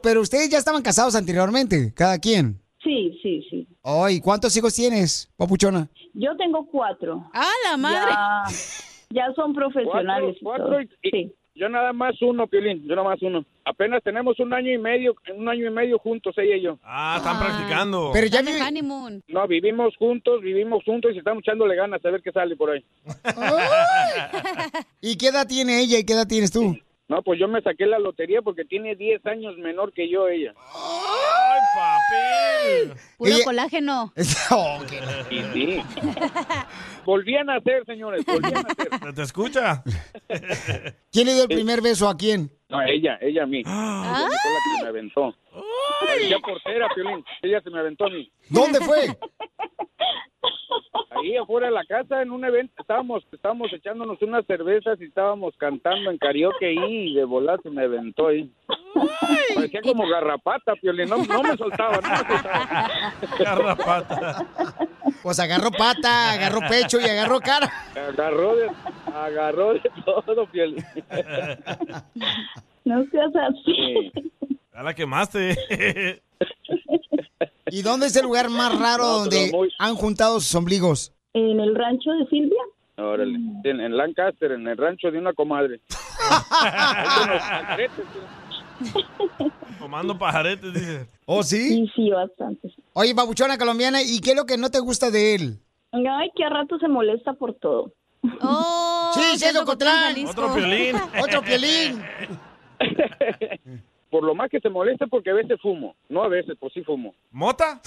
C: Pero ustedes ya estaban casados anteriormente, cada quien.
F: Sí, sí, sí.
C: Ay, ¿cuántos hijos tienes, papuchona?
F: Yo tengo cuatro. ¡Ah, la madre! Ya, ya son profesionales. y
Z: Cuatro,
F: todo.
Z: cuatro y-
F: Sí.
Z: Yo nada más uno, Piolín, yo nada más uno. Apenas tenemos un año y medio, un año y medio juntos, ella y yo.
D: Ah, están practicando.
E: honeymoon.
Z: No, vivimos juntos, vivimos juntos y estamos echándole ganas a ver qué sale por ahí.
C: ¿Y qué edad tiene ella y qué edad tienes tú?
Z: No, pues yo me saqué la lotería porque tiene 10 años menor que yo ella.
E: Puro
Z: Ella-
E: colágeno.
C: Oh.
Z: Y sí. Volví a nacer, señores, volví a nacer.
D: ¿Te escucha?
C: ¿Quién le dio el primer beso a quién?
Z: No, ella, ella a mí.
C: ¡Ah!
Z: Ella fue la que me aventó. Parecía portera, Piolín. Ella se me aventó a mí.
C: ¿Dónde fue?
Z: Ahí afuera de la casa, en un evento, estábamos, estábamos echándonos unas cervezas y estábamos cantando en karaoke ahí y de volar se me aventó ahí. Parecía como garrapata, Piolín. No, no me soltaba, no me soltaba.
D: Garrapata.
C: Pues agarró pata, agarró pecho y agarró cara.
Z: Agarró de, agarró de todo, Piolín.
F: No seas así.
D: Ya la quemaste.
C: ¿Y dónde es el lugar más raro
Z: No, pero
C: donde han juntado sus ombligos?
F: En el rancho de Silvia.
Z: Órale.
E: Mm.
Z: En, en Lancaster, en el rancho de una comadre.
D: Tomando pajaretes, dice.
C: ¿Oh, sí?
F: Sí, sí, bastante.
C: Oye, babuchona colombiana, ¿y qué es lo que no te gusta de él?
F: Ay, que a rato se molesta por todo.
E: Oh,
C: sí, sí, es Ocotlán.
D: Otro Piolín.
C: Otro Piolín.
Z: Por lo más que se molesta porque a veces fumo. No a veces, pues sí fumo.
D: ¿Mota?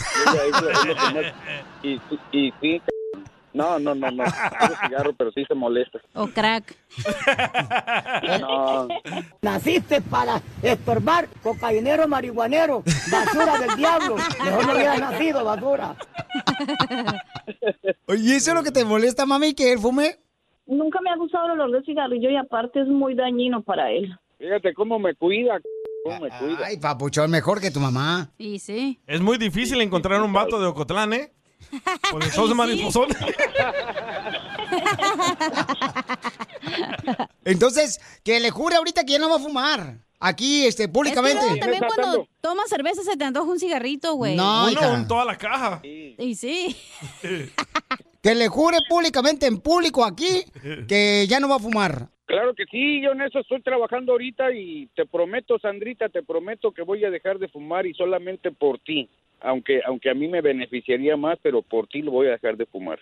Z: Y, sí- y sí, c- no, no, no, no. Tengo cigarro, pero sí se molesta.
E: O crack.
Z: No.
S: Naciste para estorbar cocainero, marihuanero, basura del diablo. Mejor no hubieras nacido, basura.
C: Oye, ¿eso es lo que te molesta, mami, que él fume?
F: Nunca me ha gustado el olor de cigarrillo y aparte es muy dañino para él.
Z: Fíjate cómo me cuida, c- cómo me cuida.
C: Ay, papuchón, mejor que tu mamá.
E: Y sí.
D: Es muy difícil encontrar un vato de Ocotlán, ¿eh? Porque sos mariposón.
C: Entonces, que le jure ahorita que ya no va a fumar. Aquí, este,
E: Es que luego
C: públicamente.
E: también cuando tomas cerveza se te antoja un cigarrito, güey.
C: No, Uno, hija. un
D: toda la caja.
E: Y sí.
C: Que le jure públicamente, en público aquí, que ya no va a fumar.
Z: Claro que sí, yo en eso estoy trabajando ahorita y te prometo, Sandrita, te prometo que voy a dejar de fumar y solamente por ti. Aunque, aunque a mí me beneficiaría más, pero por ti lo voy a dejar de fumar.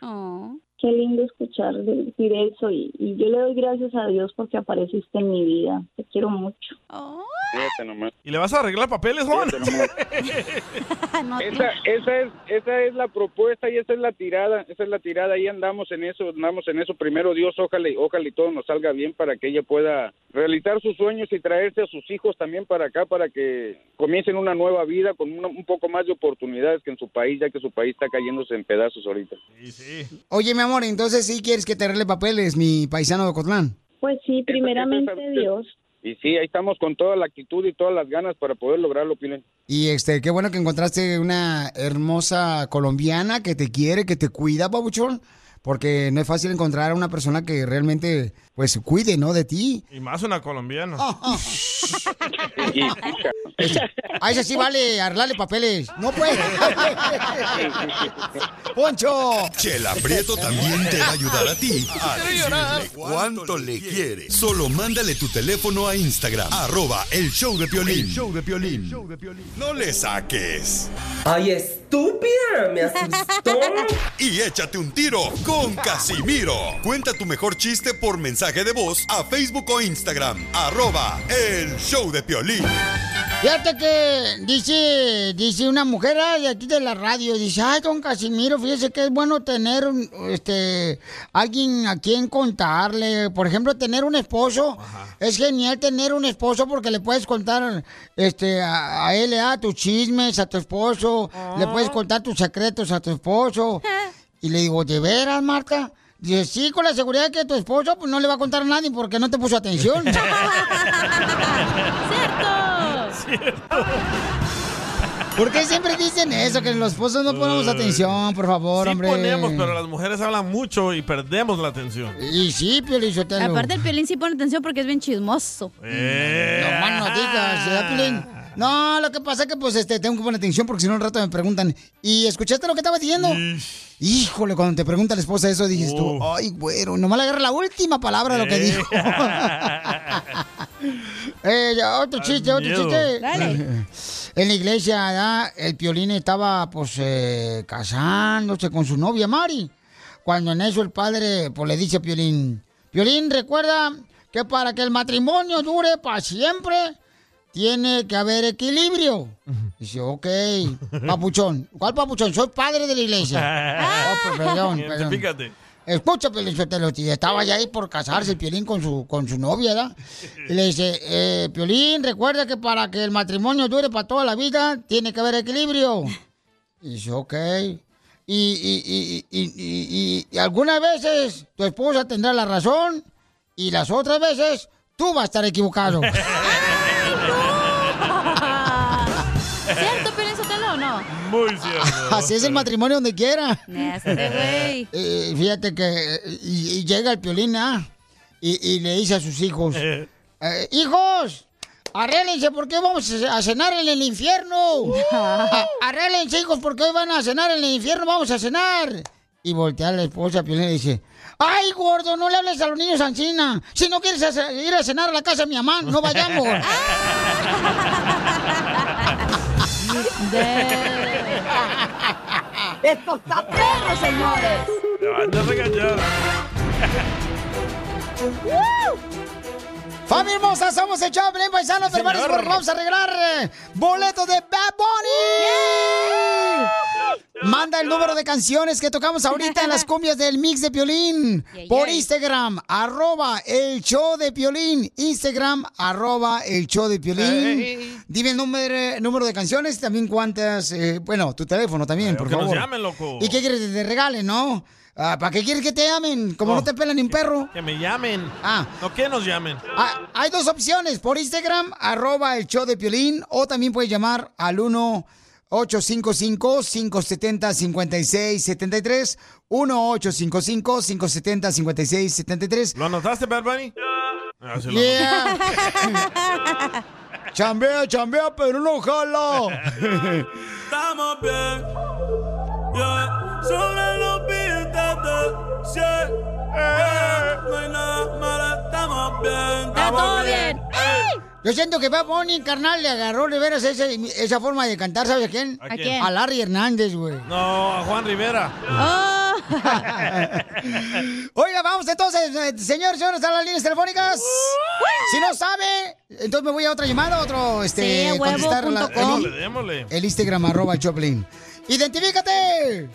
F: Qué lindo escuchar de- decir eso y, y yo le doy gracias a Dios porque apareciste en mi vida. Te quiero mucho.
Z: Fíjate nomás.
D: ¿Y le vas a arreglar papeles, Juan?
Z: Esa, esa es esa es la propuesta y esa es la tirada, esa es la tirada, ahí andamos en eso, andamos en eso, primero Dios, ojalá y ojalá y todo nos salga bien para que ella pueda realizar sus sueños y traerse a sus hijos también para acá para que comiencen una nueva vida con una- un poco más de oportunidades que en su país, ya que su país está cayéndose en pedazos ahorita.
F: Pues
C: Oye, mi amor, entonces sí quieres que te arregle papeles, mi paisano de Ocotlán.
F: Pues sí, primeramente Dios.
Z: Y sí, ahí estamos con toda la actitud y todas las ganas para poder lograrlo, Pilen.
C: Y este, qué bueno que encontraste una hermosa colombiana que te quiere, que te cuida, babuchón. Porque no es fácil encontrar a una persona que realmente, pues, cuide, ¿no? De ti.
D: Y más una colombiana.
C: A esa sí vale arreglarle papeles. No puede. ¡Poncho!
R: Chela Prieto también te va a ayudar a ti a
M: Quiero llorar.
R: decirle cuánto le quiere. Solo mándale tu teléfono a Instagram, arroba el show de Piolín. show de No le saques.
M: Ay, estúpida, me asustó.
R: Y échate un tiro con Casimiro. Cuenta tu mejor chiste por mensaje de voz a Facebook o Instagram, arroba el show de Piolín.
C: Fíjate que dice, dice una mujer ah, de aquí de la radio, dice, ay, don Casimiro, fíjese que es bueno tener un, este alguien a quien contarle. Por ejemplo, tener un esposo. Es genial tener un esposo porque le puedes contar este a, a él, ah, tus chismes a tu esposo, le puedes contar tus secretos a tu esposo. Y le digo, ¿de veras, Marta? Dice, sí, con la seguridad que tu esposo pues, no le va a contar a nadie porque no te puso atención. ¿Por qué siempre dicen eso? Que los esposos no ponemos atención, por favor,
D: sí
C: hombre.
D: ponemos, pero las mujeres hablan mucho y perdemos la atención.
C: Y sí, Piolín Sotelo.
E: Aparte, el Piolín sí pone atención porque es bien chismoso.
D: Eh.
C: No, más no digas, ¿verdad, Piolín? No, lo que pasa es que pues este, tengo que poner atención porque si no al rato me preguntan. ¿Y escuchaste lo que estaba diciendo? Híjole, cuando te pregunta la esposa eso, dices tú,
D: Oh.
C: ay, güero, nomás le agarra la última palabra de lo que dijo. Eh, ya, otro
M: Al
C: chiste, otro
M: miedo.
C: chiste.
M: Dale.
C: En la iglesia, ya, el piolín estaba, pues, eh, casándose con su novia Mari. Cuando en eso el padre, pues, le dice a Piolín, Piolín, recuerda que para que el matrimonio dure para siempre, tiene que haber equilibrio. Dice, ok, papuchón. ¿Cuál papuchón? Soy padre de la iglesia. Oh, perdón, perdón.
M: Fíjate.
C: Escucha, Piolín Sotelo, y estaba ya ahí por casarse el Piolín con su, con su novia, ¿verdad? Y le dice, eh, Piolín, recuerda que para que el matrimonio dure para toda la vida, tiene que haber equilibrio. Y dice, ok. Y, y- y- y- y- y- y algunas veces tu esposa tendrá la razón y las otras veces tú vas a estar equivocado.
E: ¿Cierto, Piolín Sotelo o no?
D: Muy cierto.
C: Así es el matrimonio donde quiera.
E: Este güey.
C: Eh, fíjate que eh, y, y llega el piolín, ¿ah? y, y le dice a sus hijos, eh, hijos, arréglense porque hoy vamos a cenar en el infierno. A- arréglense, hijos, porque hoy van a cenar en el infierno, vamos a cenar. Y voltea la esposa piolín y le dice, ay, gordo, no le hables a los niños Ancina. Si no quieres hacer- ir a cenar a la casa de mi mamá, no vayamos.
M: ¡Esto está perro, señores!
D: Te van a regañar.
C: ¡Familia hermosa! Somos el show, de Pelín Paisano,
M: Sí,
C: prepárense
M: señor.
C: porque vamos a arreglar eh, boletos de Bad Bunny. Manda el número de canciones que tocamos ahorita en las cumbias del mix de Piolín por Instagram, arroba el show de Piolín, Instagram, arroba el show de Piolín. Dime el número, número de canciones, también cuántas, eh, bueno, tu teléfono también, por
D: que nos
C: favor.
D: llamen, loco.
C: ¿Y qué quieres que te regalen, no? Ah, ¿Para qué quieres que te llamen? Como no te pelan ni un perro.
D: Que me llamen.
C: Ah.
D: No, que nos llamen.
C: Ah, hay dos opciones, por Instagram, arroba el show de Piolín, o también puedes llamar al 1-855-570-5673, 1-855-570-5673.
D: ¿Lo anotaste, Bad Bunny? Ah, sí lo
C: Yeah.
D: anoté.
C: chambea, chambea, pero no jala.
M: Estamos bien. Yeah. Sobre los billetes de 100. Yeah. No hay nada malo, estamos bien.
C: Está todo bien. Yo siento que Bad Bunny, carnal, le agarró de veras esa, esa forma de cantar, ¿sabes a quién?
D: ¿A quién?
C: A Larry Hernández, güey.
D: No, a Juan Rivera.
C: Oh. Oiga, vamos entonces, eh, señores, señores, a las líneas telefónicas. Si no sabe, entonces me voy a otra llamada, otro, este,
E: Sí, a huevo
C: contestar la-
E: punto com.
C: el,
E: Démosle,
D: démosle.
C: el Instagram, arroba Choplin. ¡Identifícate!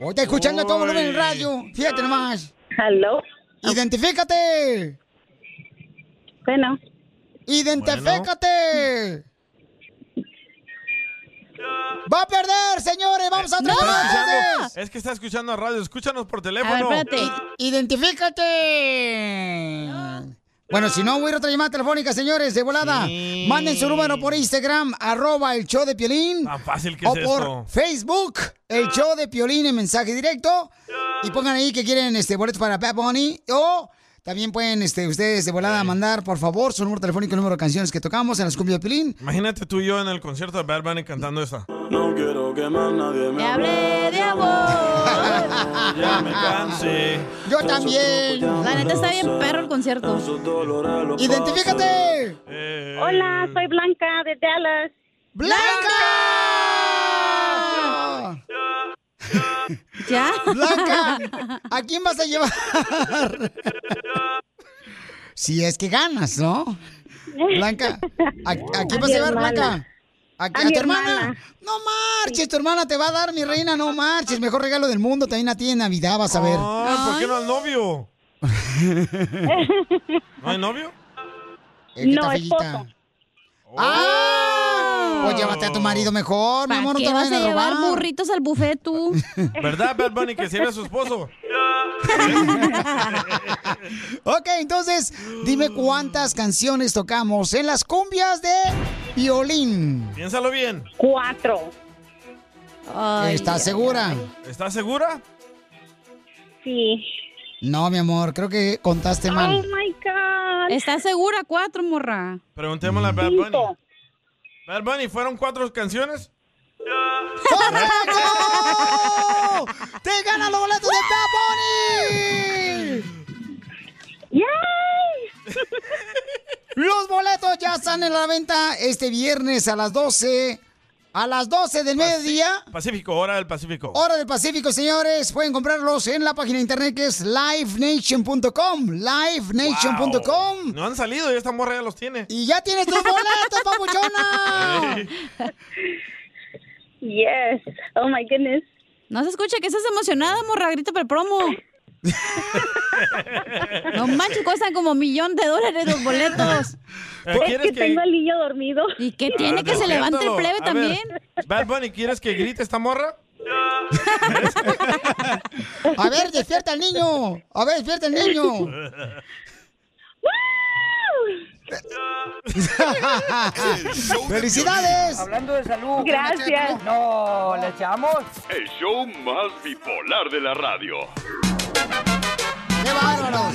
C: Hoy está escuchando a todo volumen en el radio. Fíjate nomás.
F: Hello.
C: ¡Identifícate!
F: Bueno.
C: ¡Identifícate! ¡Va a perder, señores! ¡Vamos a otra llamada, entonces!
D: Es que está escuchando a radio. Escúchanos por
C: A ver,
D: teléfono.
C: espérate. Identifícate. Bueno, si no, voy a ir a otra llamada telefónica, señores, de volada. Manden su número por Instagram, arroba el show de Piolín.
D: Ah, fácil que
C: o
D: es
C: por
D: esto.
C: Facebook, el show de Piolín en mensaje directo. Y pongan ahí que quieren este boletos para Bad Bunny. O también pueden este, ustedes de volada mandar, por favor, su número telefónico y número de canciones que tocamos en las cumbias de Piolín.
D: Imagínate tú y yo en el concierto de Bad Bunny cantando esa.
M: No quiero que más nadie me
E: hablé de amor.
D: Ya me cansé.
C: Yo también.
E: La neta está bien perro el concierto.
C: ¡Identifícate!
D: Eh.
F: Hola, soy Blanca de Dallas.
C: ¡Blanca!
E: ¿Ya?
C: Blanca, ¿a quién vas a llevar? Si es que ganas, ¿no? Blanca, ¿a, a quién mi vas a llevar, hermana. Blanca? ¿A, a a mi tu hermana? hermana. No marches, tu hermana te va a dar, mi reina, no marches. Mejor regalo del mundo también a ti en Navidad, vas a ver.
D: Ah, ¿por qué no al novio? ¿No hay novio?
C: Eh, qué está feillita. ¡Ah! Pues llévate a tu marido mejor, mi
E: ¿Para
C: amor, no
E: qué
C: te
E: vas
C: vayan
E: a
C: a robar.
E: llevar burritos al buffet tú?
D: ¿Verdad, Bad Bunny, que se ve a su esposo?
C: Ok, entonces, dime cuántas canciones tocamos en las cumbias de violín.
D: Piénsalo bien.
C: Cuatro.
D: Ay,
C: ¿Estás
D: ay,
C: segura?
D: ¿Estás segura?
C: Sí. No, mi amor, creo que contaste
E: Oh
C: mal.
E: my God. ¿Estás segura? Cuatro, morra.
D: Preguntémosle a Bad Bunny. Bad Bunny, ¿fueron cuatro canciones?
C: ¡Te ganan los boletos de Bad Bunny! Los boletos ya están en la venta este viernes a las 12. A las 12 del mediodía.
D: Pacífico, hora del Pacífico.
C: Hora del Pacífico, señores. Pueden comprarlos en la página de internet que es livenation.com. Livenation.com.
D: No han salido y esta morra ya los tiene.
C: Y ya tienes tus boletos, papuchona.
E: Yes. Oh my goodness. No se escucha que estás emocionada, morra. Grita para el promo. no manches, cuestan como millón de dólares los boletos.
D: Eh, Es ¿quieres que que- tengo
E: al niño dormido. ¿Y qué tiene?
D: Ah,
E: que se levante el
D: despiértalo.
E: plebe
D: A
E: también.
D: ver, Bad Bunny, ¿quieres que grite esta morra?
C: A ver, despierta al niño. A ver, despierta al niño. ¡Felicidades!
S: Hablando de salud.
G: Gracias.
S: No, ¿le echamos?
G: El show más bipolar de la radio.
C: ¡Qué bárbaros!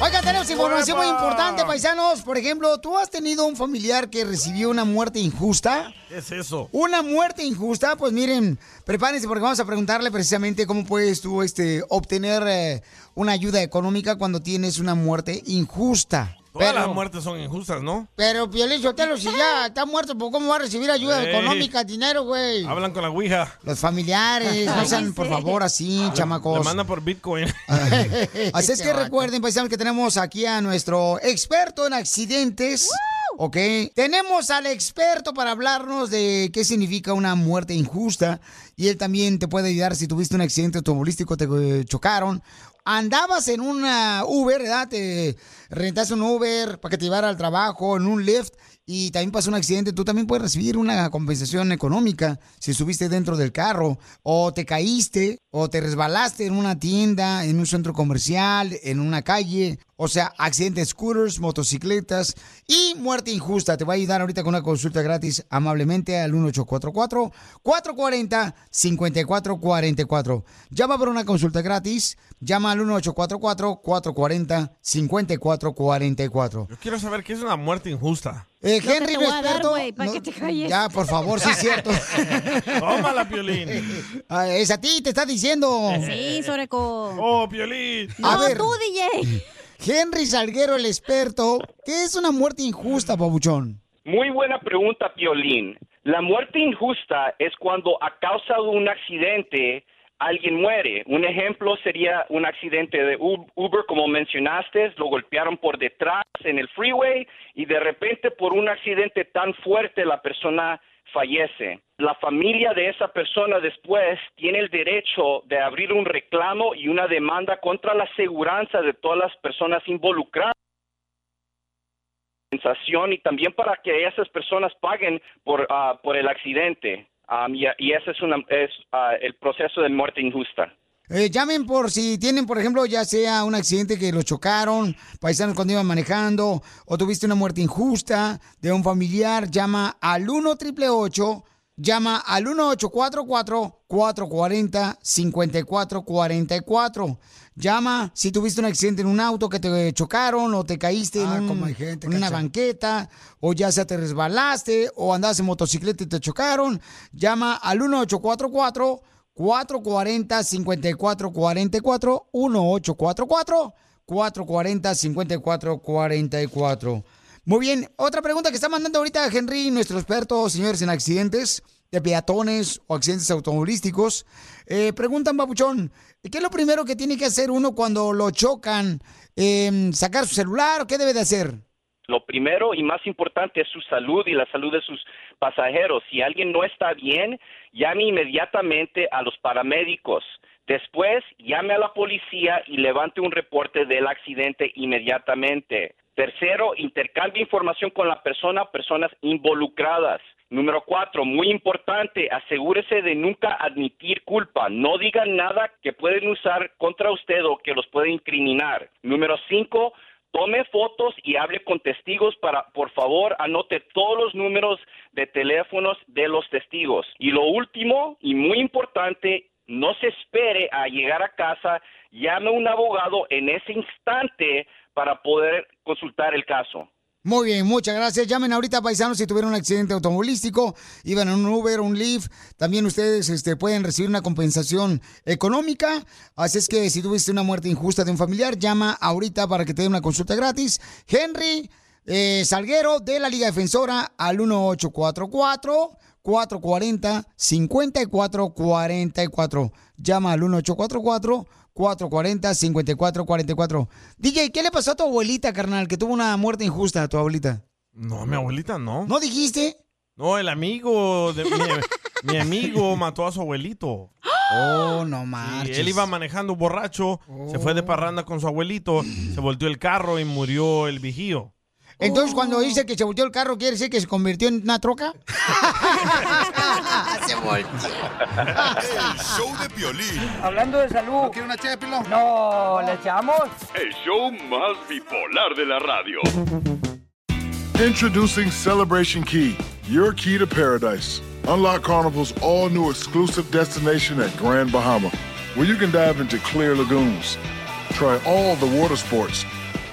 C: Oiga, tenemos información muy importante, paisanos. Por ejemplo, ¿tú has tenido un familiar que recibió una muerte injusta?
D: ¿Qué es eso?
C: Una muerte injusta, pues miren, prepárense porque vamos a preguntarle precisamente cómo puedes tú este, obtener eh, una ayuda económica cuando tienes una muerte injusta.
D: Todas
C: Pero-
D: las muertes son injustas, ¿no?
C: Pero, Piolín Sotelo, si ya está muerto, pues ¿cómo va a recibir ayuda
D: Ey.
C: económica, dinero, güey?
D: Hablan con la ouija.
C: Los familiares, no sean, por favor, así,
D: Ah, Le
C: chamacos. Ah.
D: mandan por Bitcoin.
C: Así es
D: Este
C: que
D: vato.
C: recuerden, paisanos, que tenemos aquí a nuestro experto en accidentes. Ok, tenemos al experto para hablarnos de qué significa una muerte injusta y él también te puede ayudar si tuviste un accidente automovilístico, te eh, chocaron. Andabas en una Uber, ¿verdad? Te rentaste un Uber para que te llevara al trabajo, en un Lyft y también pasó un accidente. Tú también puedes recibir una compensación económica si subiste dentro del carro o te caíste o te resbalaste en una tienda, en un centro comercial, en una calle. O sea, accidentes, scooters, motocicletas y muerte injusta. Te va a ayudar ahorita con una consulta gratis amablemente al 1844-440-5444. Llama por una consulta gratis. Llama al 1844-440-5444.
D: Yo quiero saber qué es una muerte injusta.
C: Eh,
E: Lo que
C: Henry, no
E: te voy a dar,
C: experto,
E: güey, para
C: no-
E: que te calles.
C: Ya, por favor, sí es cierto.
D: Tómala, Piolín.
C: Ah, es a ti, te está diciendo.
E: Sí, Soreco.
D: Oh, Piolín.
E: No,
C: a ver.
E: tú, DJ.
C: Henry Salguero, el experto. ¿Qué es una muerte injusta, Pabuchón?
Q: Muy buena pregunta, Piolín. La muerte injusta es cuando a causa de un accidente alguien muere. Un ejemplo sería un accidente de U- Uber, como mencionaste, lo golpearon por detrás en el freeway y de repente por un accidente tan fuerte la persona fallece. La familia de esa persona después tiene el derecho de abrir un reclamo y una demanda contra la aseguranza de todas las personas involucradas compensación y también para que esas personas paguen por, ah, por el accidente. Am, y, y ese es, una, es ah, el proceso de muerte injusta.
C: Eh, llamen por si tienen, por ejemplo, ya sea un accidente que los chocaron, paisanos cuando iban manejando, o tuviste una muerte injusta de un familiar, llama al 1 888 llama al 1844-440-5444. Llama si tuviste un accidente en un auto que te chocaron o te caíste en, un- en una banqueta, o ya sea te resbalaste, o andabas en motocicleta y te chocaron, llama al 1844 440-5444, 1844-440-5444. Muy bien, otra pregunta que está mandando ahorita Henry, nuestro experto, señores, en accidentes de peatones o accidentes automovilísticos. Eh, preguntan, Papuchón, ¿qué es lo primero que tiene que hacer uno cuando lo chocan? Eh, ¿Sacar su Em, celular o qué debe de hacer?
Q: Lo primero y más importante es su salud y la salud de sus pasajeros. Si alguien no está bien, llame inmediatamente a los paramédicos. Después, llame a la policía y levante un reporte del accidente inmediatamente. Tercero, intercambie información con la persona, personas involucradas. Número cuatro, muy importante, asegúrese de nunca admitir culpa. No digan nada que pueden usar contra usted o que los pueden incriminar. Número cinco, tome fotos y hable con testigos para, por favor, anote todos los números de teléfonos de los testigos. Y lo último y muy importante, no se espere a llegar a casa, llame a un abogado en ese instante para poder consultar el caso.
C: Muy bien, muchas gracias. Llamen ahorita, paisanos, si tuvieron un accidente automovilístico, iban en un Uber, un Lyft. También ustedes este, pueden recibir una compensación económica. Así es que si tuviste una muerte injusta de un familiar, llama ahorita para que te den una consulta gratis. Henry eh, Salguero de la Liga Defensora al 1844. 440-5444. Llama al 1844-440-5444. DJ, ¿qué le pasó a tu abuelita, carnal, que tuvo una muerte injusta a tu abuelita?
D: No, mi abuelita no.
C: ¿No dijiste?
D: No, el amigo, de, mi, mi amigo mató a su abuelito.
C: Oh, no Oh. manches.
D: él iba manejando borracho, se fue de parranda con su abuelito, se volteó el carro y murió el vigío. Oh.
C: Entonces, cuando dice que se volteó el carro, ¿quiere decir que se convirtió en una troca?
R: Se El show de Piolín.
S: Hablando de salud. ¿No quiere una No, ¿le echamos?
G: El show más bipolar de la radio.
B: Introducing Celebration Key, your key to paradise. Unlock Carnival's all new exclusive destination at Grand Bahama, where you can dive into clear lagoons, try all the water sports,